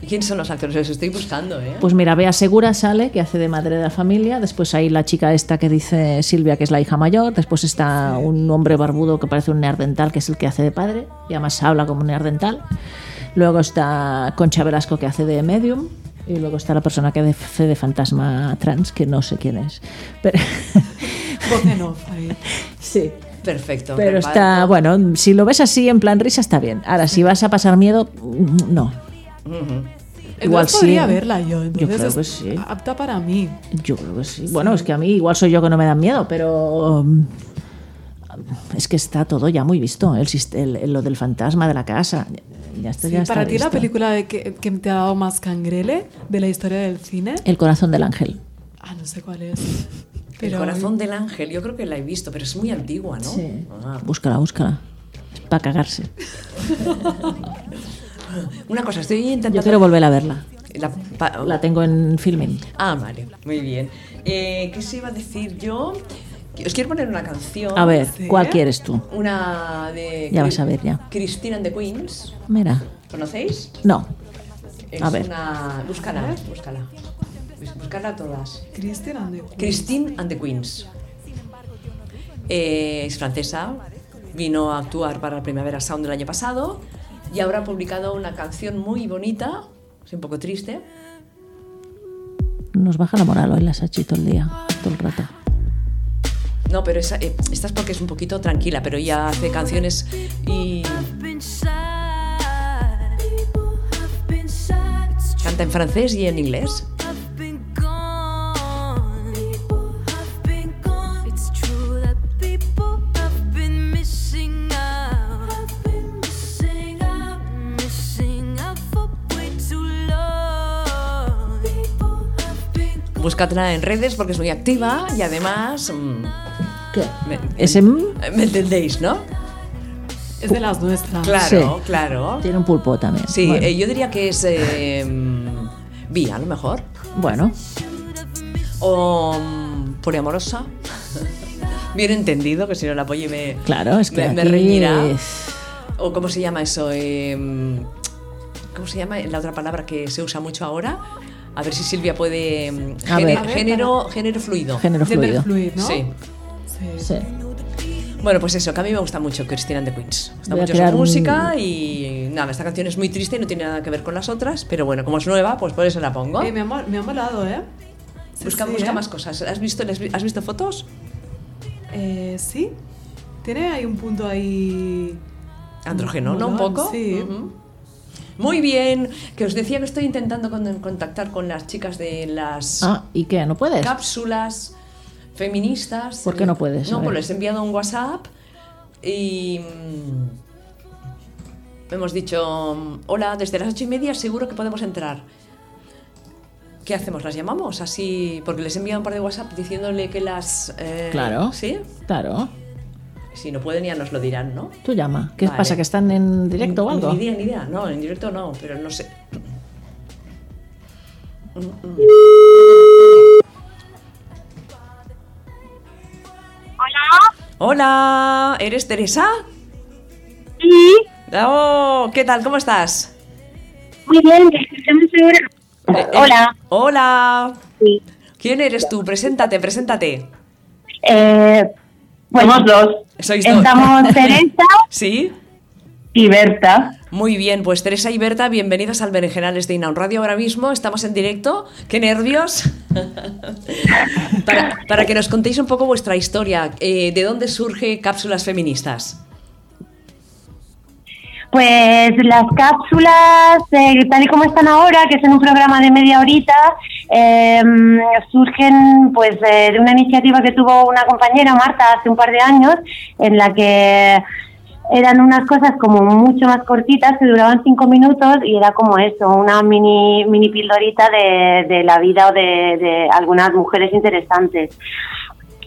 S3: ¿Y ¿Quiénes son los actores? Los estoy buscando, ¿eh?
S2: Pues mira, Bea Segura sale, que hace de madre de la familia. Después hay la chica esta que dice Silvia, que es la hija mayor. Después está un hombre barbudo que parece un neardental, que es el que hace de padre. Y además habla como un neardental. Luego está Concha Velasco, que hace de medium. Y luego está la persona que hace de fantasma trans, que no sé quién es. Pero,
S1: Voz en off ahí.
S2: sí.
S3: Perfecto.
S2: Pero
S3: reparto.
S2: está, bueno, si lo ves así en plan risa, está bien. Ahora, si vas a pasar miedo, mm, no. Igual
S1: Igual
S2: sí,
S1: podría
S2: ¿eh?
S1: verla yo, entonces
S2: creo
S1: es
S2: que sí.
S1: apta para mí.
S2: Yo creo que sí. Bueno, es que a mí igual soy yo que no me dan miedo, pero mm, es que está todo ya muy visto. El, sist- el- el- lo del fantasma de la casa. Ya está,
S1: Sí,
S2: ya está
S1: para ti la
S2: visto.
S1: película de que, que te ha dado más cangrele de la historia del cine.
S2: El corazón del ángel.
S1: Ah, no sé cuál es.
S3: El
S1: Pero
S3: corazón del ángel, yo creo que la he visto, pero es muy antigua, ¿no? Ah.
S2: Búscala, búscala. Para cagarse.
S3: Una cosa, estoy
S2: Yo
S3: intentando.
S2: quiero volver a verla.
S3: La pa-
S2: La tengo en filming.
S3: Ah, vale, muy bien. Eh, ¿Qué se iba a decir yo? Os quiero poner una canción.
S2: A ver,
S1: Sí.
S2: ¿cuál quieres tú?
S3: Una de.
S2: Ya vas a ver, ya.
S3: Christine and the Queens.
S2: Mira.
S3: ¿Conocéis?
S2: No.
S3: Es
S2: A ver.
S3: una. Búscala, búscala. Búscala todas.
S1: Christian and the-
S3: Christine and the Queens. Eh, es francesa, vino a actuar para el Primavera Sound del año pasado y ahora ha publicado una canción muy bonita, es un poco triste.
S2: Nos baja la moral hoy la Sachi todo el día, todo el rato.
S3: No, pero esa- eh, esta es porque es un poquito tranquila, pero ella hace canciones y canta en francés y en inglés. Búscatela en redes porque es muy activa y además... mm,
S2: ¿Qué?
S3: me-
S2: Ese mm,
S3: ¿Me entendéis, no?
S1: Es de las nuestras.
S3: Claro, claro.
S2: tiene un pulpo también.
S3: Sí,
S2: bueno.
S3: eh, yo diría que es eh, mm, bi, a lo mejor.
S2: bueno.
S3: O mm, poliamorosa. Bien entendido, que si no la apoyo me,
S2: Claro, es que
S3: me, me
S2: aquí
S3: reñirá.
S2: es-
S3: O cómo se llama eso. Eh, mm, ¿Cómo se llama la otra palabra que se usa mucho ahora? A ver si Silvia puede. mm,
S2: A
S3: géne-
S2: ver.
S3: género, género fluido.
S2: género
S1: Gender fluid,
S2: fluido.
S1: ¿no?
S3: Sí.
S1: Sí.
S2: Sí.
S3: Bueno, pues eso, que a mí me gusta mucho Christina and the Queens. Me gusta
S2: Voy a
S3: mucho
S2: crear
S3: su
S2: un-
S3: música y nada, esta canción es muy triste y no tiene nada que ver con las otras, pero bueno, como es nueva, pues por eso la pongo.
S1: Eh, me, ha, mol- me ha molado, ¿eh? Sí,
S3: busca
S1: sí,
S3: busca
S1: ¿eh?
S3: más cosas. ¿Has visto, las vi- ¿Has visto fotos?
S1: Eh, sí. Tiene ahí un punto ahí.
S3: Andrógeno, ¿no? Un
S1: Molón,
S3: poco.
S1: sí.
S3: Ujú. Muy bien, que os decía que estoy intentando con- contactar con las chicas de las
S2: Ah, ¿y qué? ¿No puedes?
S3: cápsulas feministas.
S2: ¿Por qué no puedes? A
S3: No,
S2: ver.
S3: pues les he enviado un WhatsApp y mm, hemos dicho, mm, hola, desde las ocho y media seguro que podemos entrar. ¿Qué hacemos? ¿Las llamamos? Así, porque les he enviado un par de WhatsApp diciéndole que las... eh,
S2: Claro.
S3: ¿Sí?
S2: Claro.
S3: Si no pueden ya nos lo dirán, ¿no?
S2: Tú llama. ¿Qué
S3: Vale.
S2: pasa? ¿Que están en directo o
S3: Ni-
S2: algo?
S3: Ni idea, ni idea. No, en directo no, pero no sé. Hola. Hola, ¿eres Teresa?
S9: Sí,
S3: Oh, ¿qué tal? ¿Cómo estás?
S9: muy bien, estamos seguros.
S3: Eh, eh,
S9: Hola.
S3: Hola.
S9: Sí.
S3: ¿Quién eres tú? Preséntate, preséntate.
S9: Eh, bueno, Somos dos.
S3: Sois dos.
S9: Estamos Teresa
S3: ¿Sí?
S9: y Berta.
S3: Muy bien, pues Teresa y Berta, bienvenidas al Berenjenales de Inaun Radio ahora mismo. Estamos en directo. ¡Qué nervios! para, para que nos contéis un poco vuestra historia. eh, ¿De dónde surge Cápsulas Feministas?
S9: Pues las cápsulas, eh, tal y como están ahora, que son un programa de media horita, eh, surgen pues eh, de una iniciativa que tuvo una compañera, Marta, hace un par de años, en la que eran unas cosas como mucho más cortitas, que duraban cinco minutos y era como eso, una mini, mini pildorita de, de la vida o de- de algunas mujeres interesantes.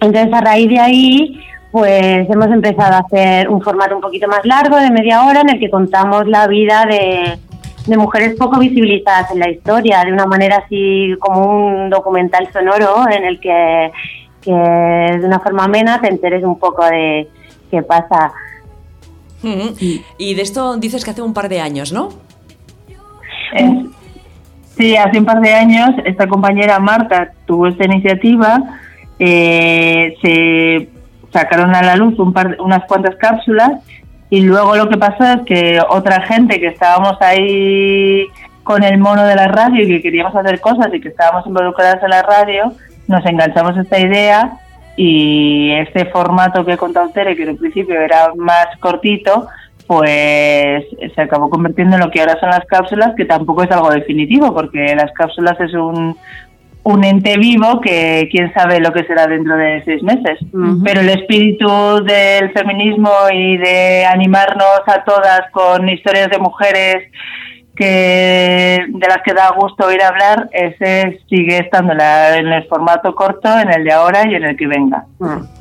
S9: Entonces, a raíz de ahí, pues hemos empezado a hacer un formato un poquito más largo, de media hora, en el que contamos la vida de, de mujeres poco visibilizadas en la historia, de una manera así como un documental sonoro en el que, que de una forma amena te enteres un poco de qué pasa.
S3: Ujú. Y de esto dices que hace un par de años, ¿no?
S10: Es- sí, hace un par de años esta compañera Marta tuvo esta iniciativa, eh, se sacaron a la luz un par, unas cuantas cápsulas y luego lo que pasó es que otra gente que estábamos ahí con el mono de la radio y que queríamos hacer cosas y que estábamos involucradas en la radio, nos enganchamos a esta idea y este formato que he contado Tere, que en un principio era más cortito, pues se acabó convirtiendo en lo que ahora son las cápsulas, que tampoco es algo definitivo, porque las cápsulas es un, un ente vivo que quién sabe lo que será dentro de seis meses. Pero el espíritu del feminismo y de animarnos a todas con historias de mujeres que de las que da gusto oír hablar, ese sigue estando en la- en el formato corto, en el de ahora y en el que venga.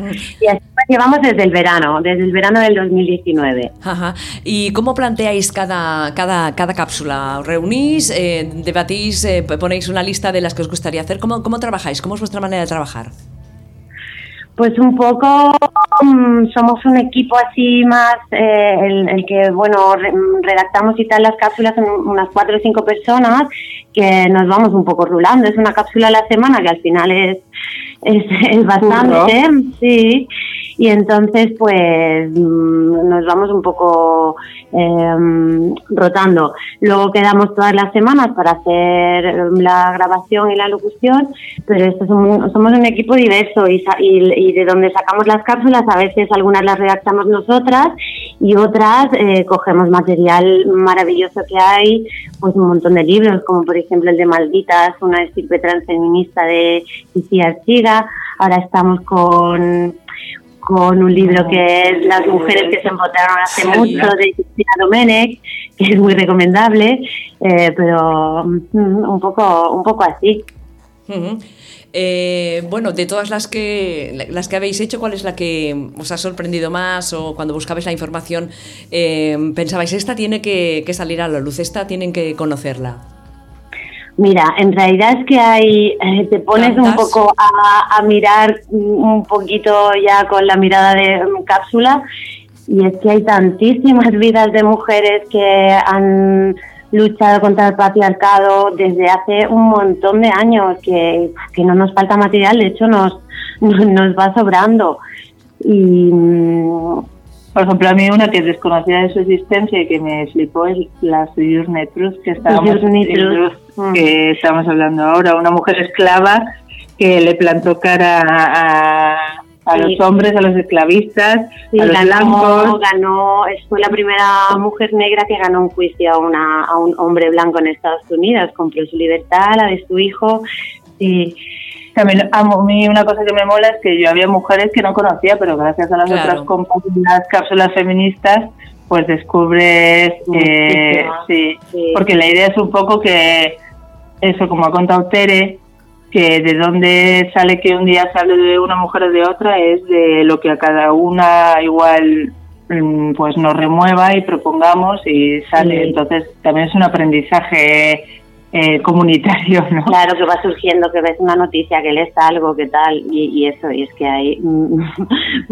S9: Y así lo llevamos desde el verano, desde el verano del 2019.
S3: Ajá. ¿Y cómo planteáis cada, cada, cada cápsula? ¿Os ¿Reunís, eh, debatís, eh, ponéis una lista de las que os gustaría hacer? ¿Cómo, ¿Cómo trabajáis? ¿Cómo es vuestra manera de trabajar?
S9: Pues un poco mm, somos un equipo así más, eh, el, el que, bueno, re- mm, redactamos y tal las cápsulas en unas cuatro o cinco personas que nos vamos un poco rulando. Es una cápsula a la semana que al final es, es, es bastante, sí. Y entonces, pues, mm, nos vamos un poco eh, rotando. Luego quedamos todas las semanas para hacer eh, la grabación y la locución, pero esto es un- somos un equipo diverso y, sa- y- y de donde sacamos las cápsulas, a veces algunas las redactamos nosotras y otras eh, cogemos material maravilloso que hay, pues un montón de libros, como por ejemplo el de Malditas, una estirpe transfeminista de Isia Archiga. Ahora estamos con con un libro que es Las mujeres que se empotraron hace mucho de Cristina Domenech, que es muy recomendable, eh, pero mm, un poco un poco así.
S3: Ujú. Eh, bueno, de todas las que, las que habéis hecho, ¿cuál es la que os ha sorprendido más o cuando buscabais la información eh, pensabais, esta tiene que, que salir a la luz, esta tienen que conocerla?
S9: Mira, en realidad es que hay, eh, te pones un
S3: Tantas.
S9: poco a, a mirar un un poquito ya con la mirada de mm, cápsula y es que hay tantísimas vidas de mujeres que han luchado contra el patriarcado desde hace un montón de años que, que no nos falta material, de hecho nos, nos va sobrando. Y mm,
S10: Por ejemplo, a mí una que desconocía de su existencia y que me flipó es la Suyurne Truz, que estábamos,
S9: Sojourner Truth.
S10: Truth, que estamos hablando ahora, una mujer esclava que le plantó cara a, a- a
S9: Sí.
S10: los hombres, a los esclavistas,
S9: Sí,
S10: a los
S9: ganó,
S10: blancos.
S9: ganó, fue la primera mujer negra que ganó un juicio a, una, a un hombre blanco en Estados Unidos, compró su libertad, la de su hijo. Sí,
S10: También a mí una cosa que me mola es que yo había mujeres que no conocía, pero gracias a las
S3: Claro.
S10: otras compañeras cápsulas feministas, pues descubres, eh,
S9: Muchísimas.
S10: sí,
S9: sí.
S10: porque la idea es un poco que eso como ha contado Tere que de dónde sale que un día se hable de una mujer o de otra es de lo que a cada una igual mm, pues nos remueva y propongamos y sale
S9: Sí.
S10: entonces también es un aprendizaje eh, comunitario no
S9: Claro que va surgiendo, que ves una noticia, que lees algo, que tal, y, y eso, y es que hay mm,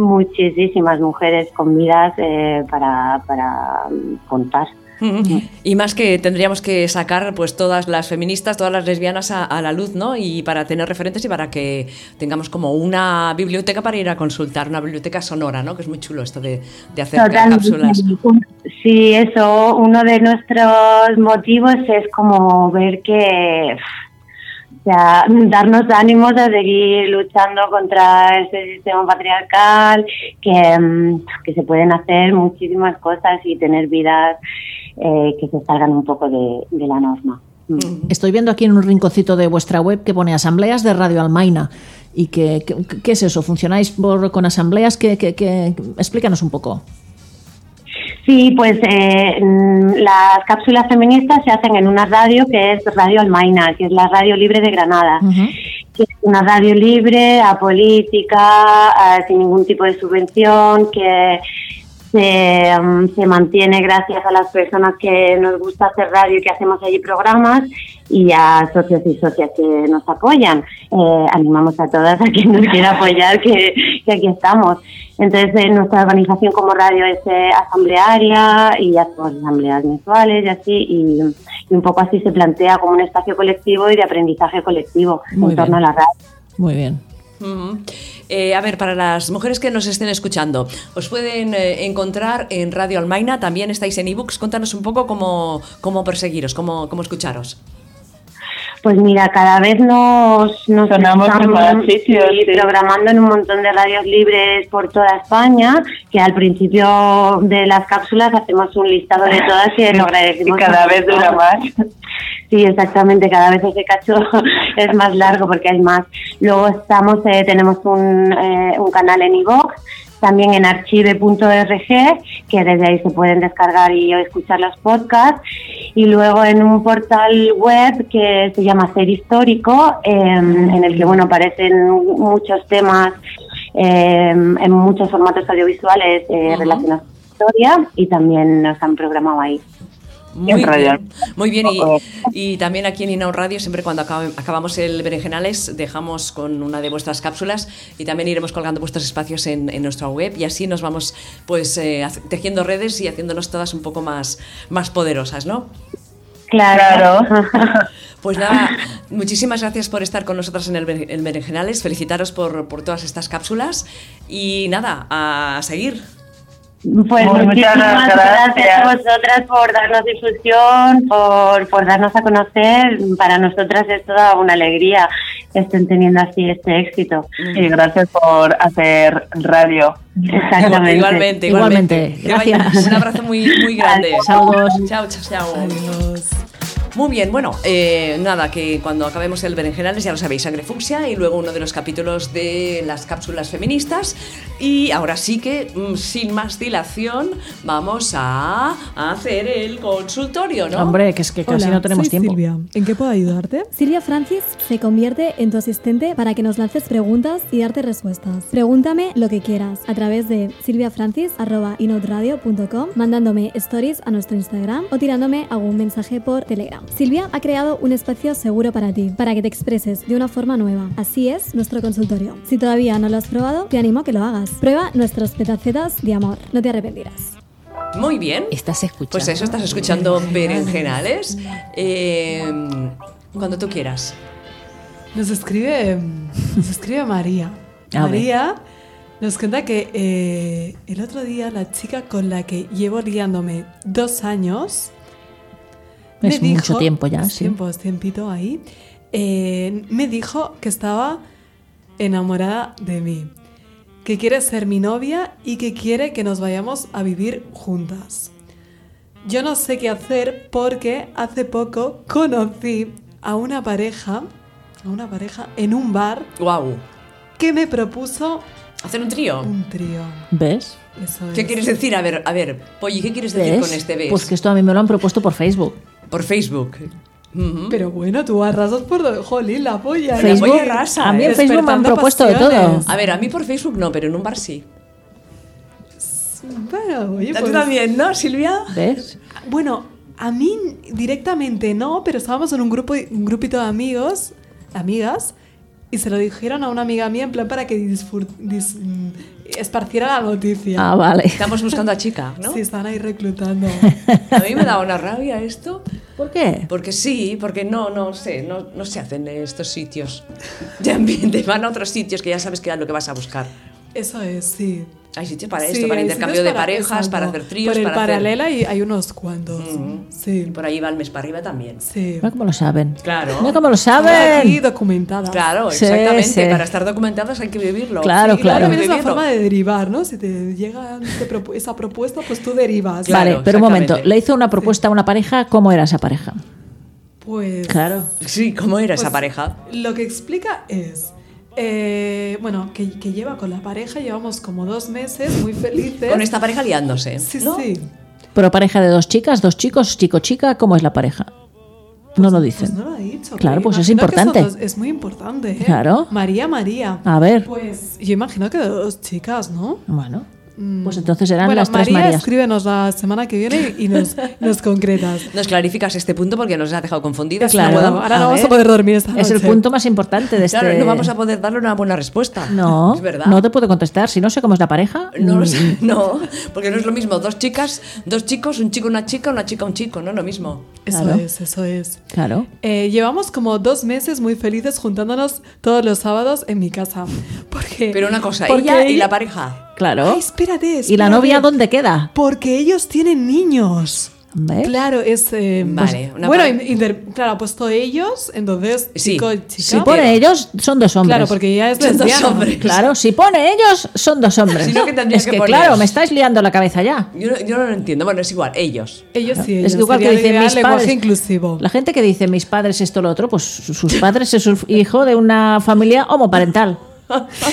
S9: muchísimas mujeres con vidas eh, para, para mm, contar.
S3: Ujú. Y más que tendríamos que sacar pues todas las feministas, todas las lesbianas a, a la luz, ¿no? Y para tener referentes y para que tengamos como una biblioteca para ir a consultar, una biblioteca sonora, ¿no? Que es muy chulo esto de, de hacer
S9: Totalmente.
S3: cápsulas.
S9: Sí, eso, uno de nuestros motivos es como ver que, o sea, darnos ánimos a seguir luchando contra ese sistema patriarcal, que, mm, que se pueden hacer muchísimas cosas y tener vidas eh, que se salgan un poco de, de la norma. Mm.
S2: Estoy viendo aquí en un rinconcito de vuestra web que pone asambleas de Radio Almaina. ¿Y qué, qué- qué es eso? ¿Funcionáis por- con asambleas? ¿Qué, qué- qué- Explícanos un poco.
S9: Sí, pues eh, mm, las cápsulas feministas se hacen en una radio que es Radio Almaina, que es la radio libre de Granada. que es una radio libre, apolítica, eh, sin ningún tipo de subvención, que, que se, mm, se mantiene gracias a las personas que nos gusta hacer radio y que hacemos allí programas y a socios y socias que nos apoyan. Eh, animamos a todas a quien nos quiera apoyar que, que aquí estamos. Entonces, eh, nuestra organización como radio es eh, asamblearia y hacemos asambleas mensuales y así, y, y un poco así se plantea como un espacio colectivo y de aprendizaje colectivo
S2: Muy
S9: en torno
S2: bien.
S9: a la radio.
S2: Muy bien.
S3: Ujú. Eh, a ver, para las mujeres que nos estén escuchando, os pueden eh, encontrar en Radio Almaina, también estáis en ebooks. Contanos un poco cómo, cómo perseguiros, cómo, cómo escucharos.
S9: Pues mira, cada vez nos, nos
S10: Sonamos en
S9: estamos,
S10: más sitios,
S9: sí,
S10: sí.
S9: programando en un montón de radios libres por toda España, que al principio de las cápsulas hacemos un listado de todas y lo
S10: Y
S9: agradecemos.
S10: cada vez dura más.
S9: Sí, exactamente, cada vez ese cacho es más largo porque hay más. Luego estamos, eh, tenemos un, eh, un canal en iVoox, también en archive.org, que desde ahí se pueden descargar y escuchar los podcasts. Y luego en un portal web que se llama Ser Histórico, eh, en el que bueno aparecen muchos temas eh, en muchos formatos audiovisuales eh, relacionados con la historia y también nos han programado ahí.
S3: Muy
S10: En Radio
S3: bien, muy bien. Y,
S10: Ojo.
S3: y también aquí en Inau Radio, siempre cuando acabe- acabamos el Berenjenales, dejamos con una de vuestras cápsulas y también iremos colgando vuestros espacios en, en nuestra web y así nos vamos pues eh, hace- tejiendo redes y haciéndonos todas un poco más, más poderosas, ¿no?
S10: Claro.
S3: Pues nada, muchísimas gracias por estar con nosotras en el, Ber- en Berenjenales, felicitaros por, por todas estas cápsulas y nada, a seguir.
S9: Pues
S10: Muy
S9: muchísimas
S10: muchas
S9: gracias.
S10: gracias.
S9: a vosotras por darnos difusión, por, por darnos a conocer. Para nosotras es toda una alegría que estén teniendo así este éxito.
S10: Y gracias por hacer radio.
S9: Exactamente.
S3: Igualmente, igualmente.
S2: Igualmente,
S3: Que vaya-
S2: gracias.
S3: Un abrazo muy, muy grande.
S2: Saludos.
S3: Chao, chao, chao. Muy bien, bueno, eh, nada, que cuando acabemos el Berenjenales, ya lo sabéis, Sangre Fucsia y luego uno de los capítulos de las cápsulas feministas. Y ahora sí que, mm, sin más dilación, vamos a hacer el consultorio, ¿no?
S2: Hombre, que es que casi
S1: Hola,
S2: no tenemos
S1: soy
S2: tiempo.
S1: Silvia, ¿en qué puedo ayudarte?
S11: Silvia Francis se convierte en tu asistente para que nos lances preguntas y darte respuestas. Pregúntame lo que quieras a través de silviafrancis.inoutradio.com, mandándome stories a nuestro Instagram o tirándome algún mensaje por Telegram. Silvia ha creado un espacio seguro para ti, para que te expreses de una forma nueva. Así es nuestro consultorio. Si todavía no lo has probado, te animo a que lo hagas. Prueba nuestros petacetas de amor. No te arrepentirás.
S3: Muy bien.
S5: Estás escuchando.
S3: Pues eso, estás escuchando Berenjenales. Eh, cuando tú quieras.
S1: Nos escribe, nos escribe María.
S2: A ver.
S1: María nos cuenta que eh, el otro día la chica con la que llevo liándome dos años me
S2: Es mucho
S1: dijo-
S2: tiempo ya,
S1: es
S2: sí.
S1: tiempo, es tiempito ahí. eh, me dijo que estaba enamorada de mí, que quiere ser mi novia y que quiere que nos vayamos a vivir juntas. Yo no sé qué hacer porque hace poco conocí a una pareja, a una pareja en un bar
S3: Guau.
S1: que me propuso
S3: Hacer un trío.
S1: un trío.
S2: ¿Ves?
S1: Eso
S3: ¿Qué
S1: es.
S3: quieres decir? A ver, a ver, Polly, ¿qué quieres decir
S2: ¿Ves?
S3: con este ves?
S2: Pues que esto a mí me lo han propuesto por Facebook.
S3: Por Facebook. Ujú.
S1: Pero bueno, tú arrasas por do- jolín la polla.
S3: Facebook-
S1: la polla
S3: arrasa,
S2: a mí
S3: ¿eh?
S2: en Facebook me han
S1: Despertando
S2: propuesto de todo.
S1: pasiones.
S3: A ver, a mí por Facebook no, pero en un bar sí.
S1: Bueno, oye,
S3: ¿Tú
S1: pues-
S3: también, no, Silvia?
S2: ¿Ves?
S1: Bueno, a mí directamente no, pero estábamos en un grupo, un grupito de amigos, amigas, y se lo dijeron a una amiga mía en plan para que disfrut- dis- mm, esparciera la noticia.
S2: Ah, vale.
S3: Estamos buscando a chica, ¿no?
S1: Si están ahí reclutando.
S3: A mí me da una rabia esto.
S2: ¿Por qué?
S3: Porque sí, porque no, no sé, no, no se hacen en estos sitios. De ambiente, van a otros sitios que ya sabes que es lo que vas a buscar.
S1: Eso es, sí.
S3: Hay sitios para
S1: Sí,
S3: esto, para
S1: hay
S3: intercambio
S1: sitios
S3: de
S1: para-
S3: parejas,
S1: exacto.
S3: para hacer tríos,
S1: Por el
S3: para
S1: paralela y hay unos cuantos.
S3: Ujú.
S1: Sí.
S3: hacer... Por ahí va el mes para arriba también.
S1: Sí.
S2: Mira cómo lo saben.
S3: Claro.
S2: Mira cómo lo
S1: Aquí
S2: saben.
S1: documentada.
S3: Claro,
S2: Sí,
S3: exactamente.
S2: sí.
S3: Para estar documentadas hay que vivirlo.
S2: Claro,
S3: Sí,
S2: claro.
S1: También es una
S3: vivirlo.
S1: forma de derivar, ¿no? Si te llega te propu- esa propuesta, pues tú derivas.
S3: Claro.
S2: vale, pero un momento.
S3: exactamente.
S2: Le hizo una propuesta a una pareja. ¿Cómo era esa pareja?
S1: Pues.
S2: Claro.
S3: Sí, ¿cómo era esa
S1: Pues,
S3: pareja?
S1: Lo que explica es, eh, bueno, que, que lleva con la pareja, llevamos como dos meses muy felices.
S3: Con esta pareja liándose.
S1: Sí,
S3: ¿no?
S1: sí.
S2: ¿Pero pareja de dos chicas, dos chicos, chico-chica? ¿Cómo es la pareja? No lo dicen.
S1: Pues no lo ha dicho.
S2: Claro,
S1: pero
S2: pues es
S1: imagino que son
S2: importante.
S1: dos- es muy importante, ¿eh?
S2: Claro.
S1: María, María.
S2: A ver.
S1: Pues yo imagino que de dos chicas, ¿no?
S2: Bueno. Pues entonces eran
S1: bueno,
S2: las tres
S1: María,
S2: Marías.
S1: escríbenos la semana que viene y nos, nos concretas.
S3: Nos clarificas este punto porque nos has dejado confundidas.
S2: Claro,
S3: podamos-
S2: ahora no vamos a
S1: poder dormir esta
S2: Es el punto más importante de este.
S3: Claro, no vamos a poder darle una buena respuesta.
S2: No,
S3: es verdad.
S2: no te puedo contestar. Si no sé cómo es la pareja,
S3: No, lo
S2: mm,
S3: sé, no, porque no es lo mismo dos chicas, dos chicos, un chico, una chica, una chica, un chico, no es lo mismo.
S1: Eso Claro. es, eso es.
S2: Claro.
S1: Eh, llevamos como dos meses muy felices juntándonos todos los sábados en mi casa. Porque,
S3: Pero una cosa,
S1: porque
S3: ella y
S1: ella-
S3: la pareja.
S2: Claro.
S1: Ay, espérate,
S2: ¿Y la
S1: espérate.
S2: novia dónde queda?
S1: Porque ellos tienen niños.
S2: ¿Ves?
S1: Claro, es. eh,
S2: Vale,
S1: pues-
S2: una
S1: bueno,
S2: pa-
S1: in- inter- claro, ha puesto ellos, entonces chico y chica.
S2: Si pone ellos, son dos hombres.
S1: Claro, porque ya es
S2: Son dos
S1: lesbiana.
S2: hombres. Claro, si pone ellos, son dos hombres.
S3: Si no, ¿qué tendrías
S2: es que,
S3: que poner?
S2: claro, me estáis liando la cabeza ya.
S3: Yo, no- yo no lo entiendo. Bueno, es igual, ellos.
S1: Ellos sí,
S2: Es que igual que dicen mis padres.
S1: inclusivo.
S2: La gente que dice mis padres esto lo otro, pues su- sus padres es un hijo de una familia homoparental.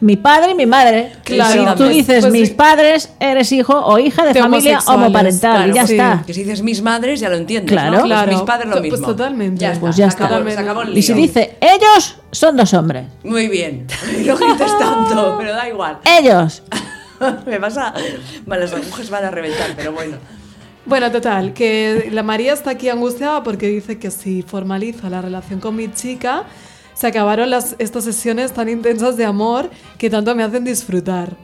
S2: mi padre y mi madre.
S3: Claro.
S2: si tú
S3: Pues-
S2: dices
S3: pues
S2: mis
S3: sí.
S2: padres, eres hijo o hija de, familia homoparental. y ya está.
S3: Que si dices mis madres, ya lo entiendes.
S2: Claro.
S3: ¿no? Pues
S2: Claro.
S3: mis padres lo
S1: Pues
S3: mismo.
S1: totalmente.
S3: Ya está,
S2: Pues ya
S3: se acabó-
S2: está.
S3: se acabó el
S2: Y si
S3: lío.
S2: dice ellos, son dos hombres.
S3: Muy bien. No grites tanto, pero da igual.
S2: Ellos.
S3: Me pasa. Vale, las agujas van a reventar, pero bueno.
S1: Bueno, total, que la María está aquí angustiada porque dice que si formaliza la relación con mi chica, se acabaron las, estas sesiones tan intensas de amor que tanto me hacen disfrutar.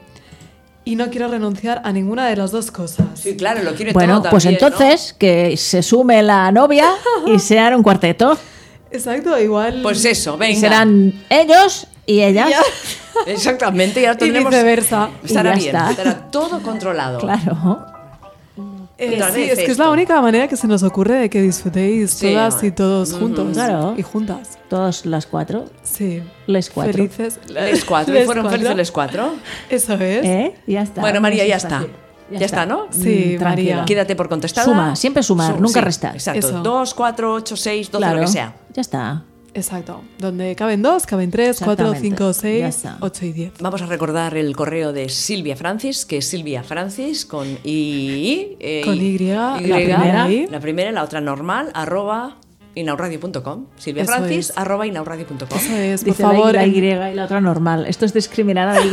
S1: Y no quiero renunciar a ninguna de las dos cosas.
S3: Sí, claro, lo quiere
S2: Bueno,
S3: todo
S2: pues
S3: también, ¿no?
S2: entonces que se sume la novia y sean un cuarteto.
S1: Exacto, igual.
S3: Pues eso, venga.
S2: Serán ellos y ellas.
S3: Exactamente, y ahora
S2: Y
S3: tendremos.
S2: viceversa.
S3: Estará
S2: Y ya
S3: bien,
S2: está.
S3: estará todo controlado.
S2: Claro.
S1: Eh,
S3: Otra
S1: sí,
S3: vez
S1: es que es la única manera que se nos ocurre de que disfrutéis
S2: Sí,
S1: todas
S2: bueno.
S1: y todos
S2: Ujú.
S1: juntos
S2: Claro.
S1: y juntas.
S2: Todas las cuatro.
S1: Sí.
S2: Les cuatro.
S1: Felices.
S3: Les cuatro, ¿y
S1: les
S3: fueron
S1: cuatro.
S3: felices les cuatro?
S1: Eso es.
S2: ¿Eh? Ya está.
S3: Bueno, María, ya
S2: Es
S3: está.
S2: fácil.
S3: Ya, está. ¿no?
S2: Sí, Mm, María. tranquila.
S3: Quédate por contestada.
S2: Suma, siempre sumar,
S3: Suma,
S2: nunca
S3: sí,
S2: restar.
S3: Exacto.
S2: Eso.
S3: 2, 4, 8, 6, 12,
S2: Claro.
S3: lo que sea.
S2: Ya está.
S1: Exacto. Donde caben dos, caben tres, cuatro,
S3: Exactamente.
S1: cinco,
S3: Ya
S1: seis,
S3: está.
S1: ocho y diez.
S3: Vamos a recordar el correo de Silvia Francis, que es Silvia Francis con I. eh,
S1: Con Y, la primera I.
S3: La primera, la otra normal, arroba inauradio.com. Silvia
S1: Eso
S3: Francis,
S1: es.
S3: arroba inauradio.com.
S1: Eso es,
S2: Dice la- La Y y la otra normal. Esto es discriminar a la Y.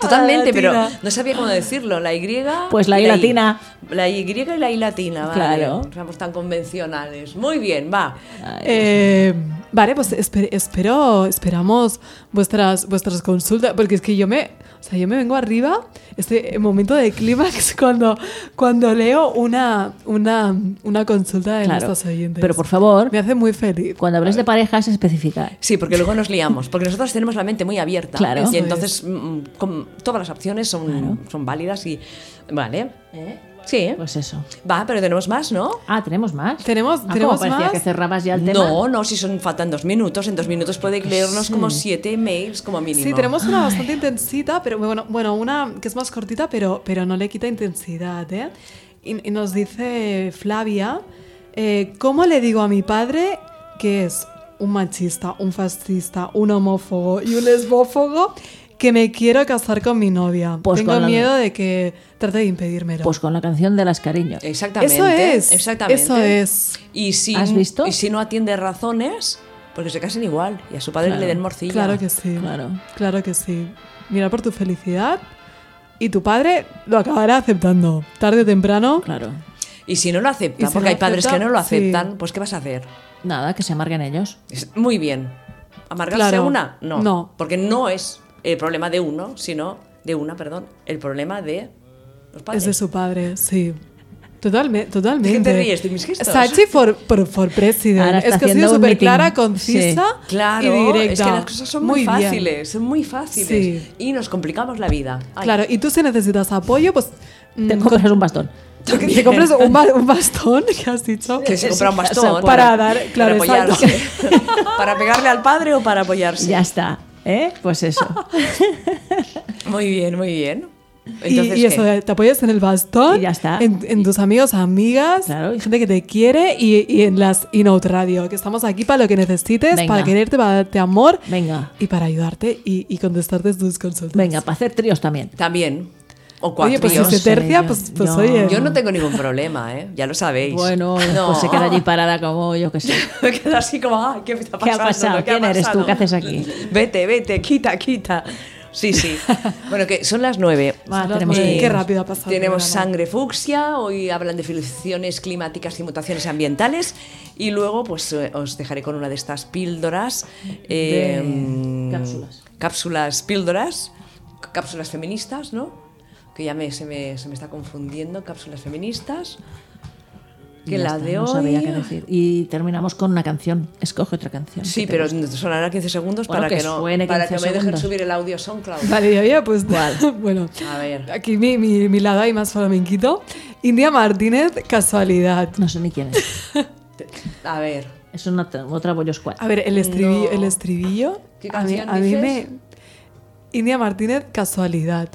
S3: Totalmente, pero
S2: Latina.
S3: no sabía cómo decirlo. La Y.
S2: Pues la
S3: y
S2: I latina.
S3: La Y y la I latina, vale.
S2: Claro.
S3: Somos tan convencionales. Muy bien, va.
S1: Eh, vale, pues espe- espero, esperamos vuestras, vuestras consultas, porque es que yo me, o sea, yo me vengo arriba, este momento de clímax cuando, cuando leo una, una, una consulta de
S2: Claro.
S1: nuestros oyentes.
S2: Pero por favor,
S1: me hace muy feliz.
S2: cuando hables de parejas, especifica.
S3: Sí, porque luego nos liamos, porque nosotros tenemos la mente muy abierta.
S2: Claro. Eso
S3: Y
S2: es.
S3: entonces mm, con- todas las opciones son, son válidas y... Vale.
S1: ¿Eh?
S3: Sí.
S2: Pues eso.
S3: Va, pero tenemos más, ¿no?
S2: Ah, tenemos más.
S1: Tenemos,
S2: Ah, como parecía que cerrabas ya el tema.
S3: No, no, si son faltan dos minutos, en dos minutos puede leernos como siete mails como mínimo.
S1: Sí, tenemos una bastante intensita, pero bueno, bueno, una que es más cortita, pero, pero no le quita intensidad, ¿eh? Y, y nos dice Flavia, eh, ¿cómo le digo a mi padre que es un machista, un fascista, un homófobo y un lesbófobo que me quiero casar con mi novia?
S2: Pues
S1: Tengo
S2: con la-
S1: miedo de que trate de impedírmelo.
S2: Pues con la canción de las
S3: Eh.
S2: cariños.
S3: Exactamente.
S1: Eso es,
S3: Exactamente.
S1: eso es.
S3: Y si,
S2: ¿Has visto?
S3: Y si no atiende razones, porque se casen igual y a su padre le den morcilla.
S1: Claro que sí.
S2: Claro.
S1: Claro que sí. Mira por tu felicidad y tu padre lo acabará aceptando, tarde o temprano.
S2: Claro.
S3: Y si no lo acepta,
S1: Y si
S3: porque
S1: no
S3: hay padres
S1: acepta,
S3: que no lo
S1: sí.
S3: aceptan, pues ¿qué vas a hacer?
S2: Nada, que se amarguen ellos.
S3: Es- Muy bien. ¿Amargarse
S1: Claro.
S3: una? No,
S1: No.
S3: Porque no es el problema de uno, sino de una, perdón, el problema de los padres.
S1: Es de su padre, sí. Totalmente, totalmente.
S3: ¿De qué te ríes? ¿De mis gestos?
S1: Sachi for, por for
S2: Ahora
S1: president. Es que
S2: está
S1: ha sido
S2: haciendo un
S1: súper clara,
S2: meeting.
S1: concisa
S2: Sí.
S3: Claro,
S1: y directa.
S3: es que las cosas son muy,
S1: bien.
S3: fáciles, son muy fáciles.
S1: Sí.
S3: Y nos complicamos la vida. Ay.
S1: Claro, y tú si necesitas apoyo, pues mm,
S2: Te compras un bastón.
S1: te compras un, ba- un bastón, que has dicho.
S3: Que se compra un
S1: Para
S3: bastón
S1: Para dar, claro,
S3: para
S1: exacto.
S3: apoyarse. para pegarle al padre o para apoyarse.
S2: Ya está. ¿Eh? Pues eso.
S3: Muy bien, muy bien.
S1: Y,
S3: Entonces,
S1: y eso,
S3: ¿qué?
S1: te apoyas en el bastón,
S2: Y ya está.
S1: En, en tus amigos, amigas, gente que te quiere y, y en las Inout Radio, que estamos aquí para lo que necesites,
S2: Venga.
S1: para quererte, para darte amor
S2: Venga.
S1: y para ayudarte y, y contestarte tus consultas.
S2: Venga, para hacer tríos también.
S3: También. O cuatro.
S1: Oye, pues si
S3: Dios.
S1: se tercia, pues, pues
S2: yo-
S1: oye.
S3: Yo no tengo ningún problema, ¿eh? Ya lo sabéis.
S2: Bueno,
S3: No.
S2: pues se queda allí parada como yo que sé.
S3: Me quedo así como, ay, ¿qué está pasando?
S2: ¿Qué ha pasado? ¿Quién eres tú?
S3: pasado?"
S2: ¿Qué haces aquí?
S3: Vete, vete, quita, quita. Sí, sí. Bueno, que son las nueve.
S1: Ah, tenemos que ir. Qué rápido ha pasado el
S3: Tenemos
S1: programa.
S3: sangre fucsia, hoy hablan de fluctuaciones climáticas y mutaciones ambientales. Y luego, pues eh, os dejaré con una de estas píldoras. eh,
S2: cápsulas.
S3: Cápsulas píldoras. c- Cápsulas feministas, ¿no? Que ya me, se, me, se me está confundiendo. Cápsulas feministas. Que
S2: Ya
S3: la
S2: está,
S3: de
S2: no
S3: hoy.
S2: sabía qué decir. Y terminamos con una canción. Escoge otra canción.
S3: Sí,
S2: que te
S3: pero
S2: guste.
S3: sonará 15 segundos
S2: Bueno,
S3: para
S2: que
S3: que, no,
S2: suene
S3: para
S2: 15
S3: que me dejen
S2: segundos.
S3: subir el audio SoundCloud.
S1: Vale, ya, ya, pues bueno,
S3: A ver.
S1: aquí mi, mi, mi lado hay más flamenquito. India Martínez, casualidad.
S2: No sé ni quién es.
S3: A ver.
S2: Es una, otra bollos cual.
S1: A ver, el estribillo, el estribillo
S3: ¿Qué
S1: a mí,
S3: canción
S1: a mí me...
S3: dices?
S1: India Martínez, casualidad.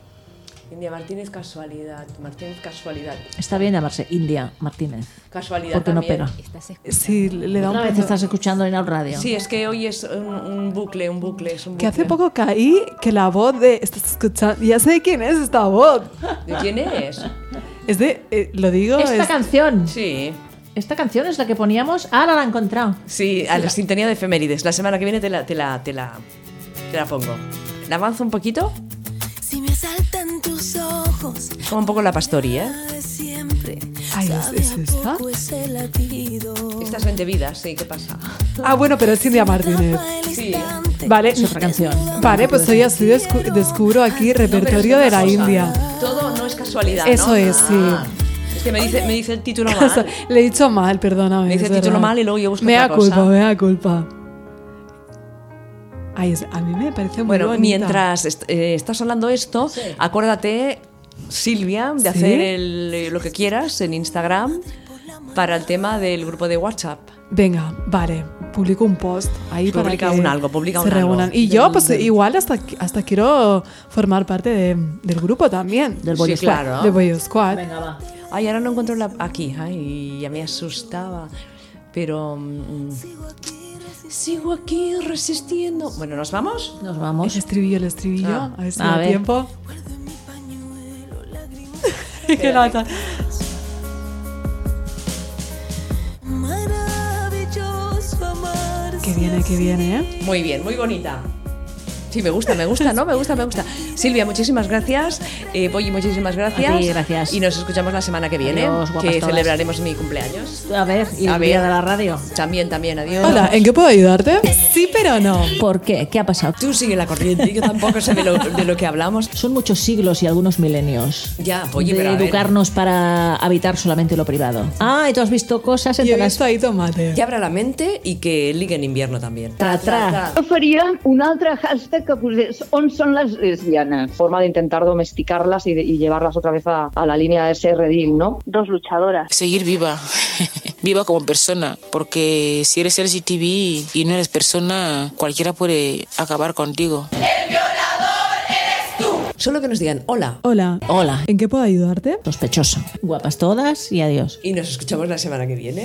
S3: India Martínez, casualidad. Martínez, casualidad.
S2: Está bien llamarse India Martínez.
S3: Casualidad
S2: Porque no
S3: también.
S2: pega.
S1: Sí, le da
S2: Otra
S1: un
S2: vez
S1: poco-
S2: estás escuchando en el radio.
S3: Sí, es que hoy es un, un bucle, un bucle, es un bucle.
S1: Que hace poco caí que la voz de... Estás escuchando... Ya sé de quién es esta voz.
S3: ¿De quién es?
S1: Es de... eh, lo digo...
S2: Esta
S1: es-
S2: canción.
S3: Sí.
S2: Esta canción es la que poníamos. Ahora la he encontrado.
S3: Sí, a la sintonía de efemérides. La semana que viene te la, te la, te la, te la pongo. ¿La avanzo un poquito?
S12: Si me saltan tus ojos,
S3: Como un poco la pastori, ¿eh?
S12: de siempre.
S1: Ay, ¿es-
S12: sabe
S1: es
S12: a
S1: esta?
S12: poco ese latido.
S3: Estas 20 vidas, sí, ¿qué pasa?
S1: Ah, bueno, pero es India Martínez.
S3: Sí.
S1: Vale.
S2: Es otra canción.
S1: Vale, pues hoy así descu- descubro aquí repertorio de la India.
S3: Todo no es casualidad, ¿no?
S1: Eso es, sí.
S3: Ah, Es que me dice, me dice el título
S1: Casa-
S3: mal.
S1: Le he dicho mal, perdóname.
S3: Me dice
S1: es
S3: el título
S1: verdad.
S3: mal y luego yo busco
S1: Me da
S3: otra cosa.
S1: culpa, me da culpa. Ay, es- a mí me parece muy
S3: Bueno,
S1: bonita.
S3: mientras est- eh, estás hablando esto, acuérdate, Silvia, de
S1: ¿Sí?
S3: hacer el, eh, lo que quieras en Instagram para el tema del grupo de WhatsApp.
S1: Venga, vale, publico un post ahí
S3: Publica
S1: para que
S3: un algo, publica
S1: se
S3: un algo.
S1: reúnan. Y yo, pues igual hasta, hasta quiero formar parte de- del grupo también.
S2: Del Boy
S3: Sí,
S2: Squad.
S3: claro.
S1: Del Boy Squad.
S2: Venga, va.
S3: Ay, ahora no encuentro la... Aquí, ay, ya me asustaba. Pero... mm, sigo aquí resistiendo. Bueno, ¿nos vamos?
S2: Nos
S1: El
S2: vamos.
S1: estribillo, el estribillo,
S3: Ah,
S1: a ver si
S2: a
S1: me da
S2: ver.
S1: tiempo. Que lata.
S12: Maravilloso amarse
S1: que viene, que viene, ¿eh?
S3: Muy bien, muy bonita. Sí, me gusta, me gusta, ¿no? Me gusta, me gusta. Silvia, muchísimas gracias. Eh, Polly, muchísimas gracias.
S2: A ti, gracias.
S3: Y nos escuchamos la semana que viene,
S2: Adiós, guapas
S3: que
S2: todas.
S3: celebraremos mi cumpleaños.
S2: A ver, y
S3: A
S2: el
S3: ver.
S2: día de la radio.
S3: También, también, adiós.
S1: Hola, ¿en qué puedo ayudarte? Sí, pero no.
S2: ¿Por qué? ¿Qué ha pasado?
S3: Tú sigue la corriente, yo tampoco sé de lo, de lo que hablamos.
S2: Son muchos siglos y algunos milenios.
S3: Ya, oye,
S2: de
S3: pero a ver.
S2: educarnos para habitar solamente lo privado. Ah, y tú has visto cosas
S1: Y
S2: entre
S1: he
S2: las
S1: visto ahí tomate.
S3: Que abra la mente y que ligue en invierno también.
S2: Tra, tra.
S13: Jo faria un altre hashtag que posés on són les lesbianas. Forma de intentar domesticarlas y, de- y llevarlas otra vez a, a la línea de ser redil, ¿no? Dos luchadoras.
S14: Seguir viva, viva como persona, porque si eres LGTB y no eres persona, cualquiera puede acabar contigo.
S3: Solo que nos digan hola.
S1: Hola,
S2: Hola,
S1: ¿en qué puedo ayudarte?
S2: sospechoso. Guapas todas y adiós.
S3: Y nos escuchamos la semana que viene.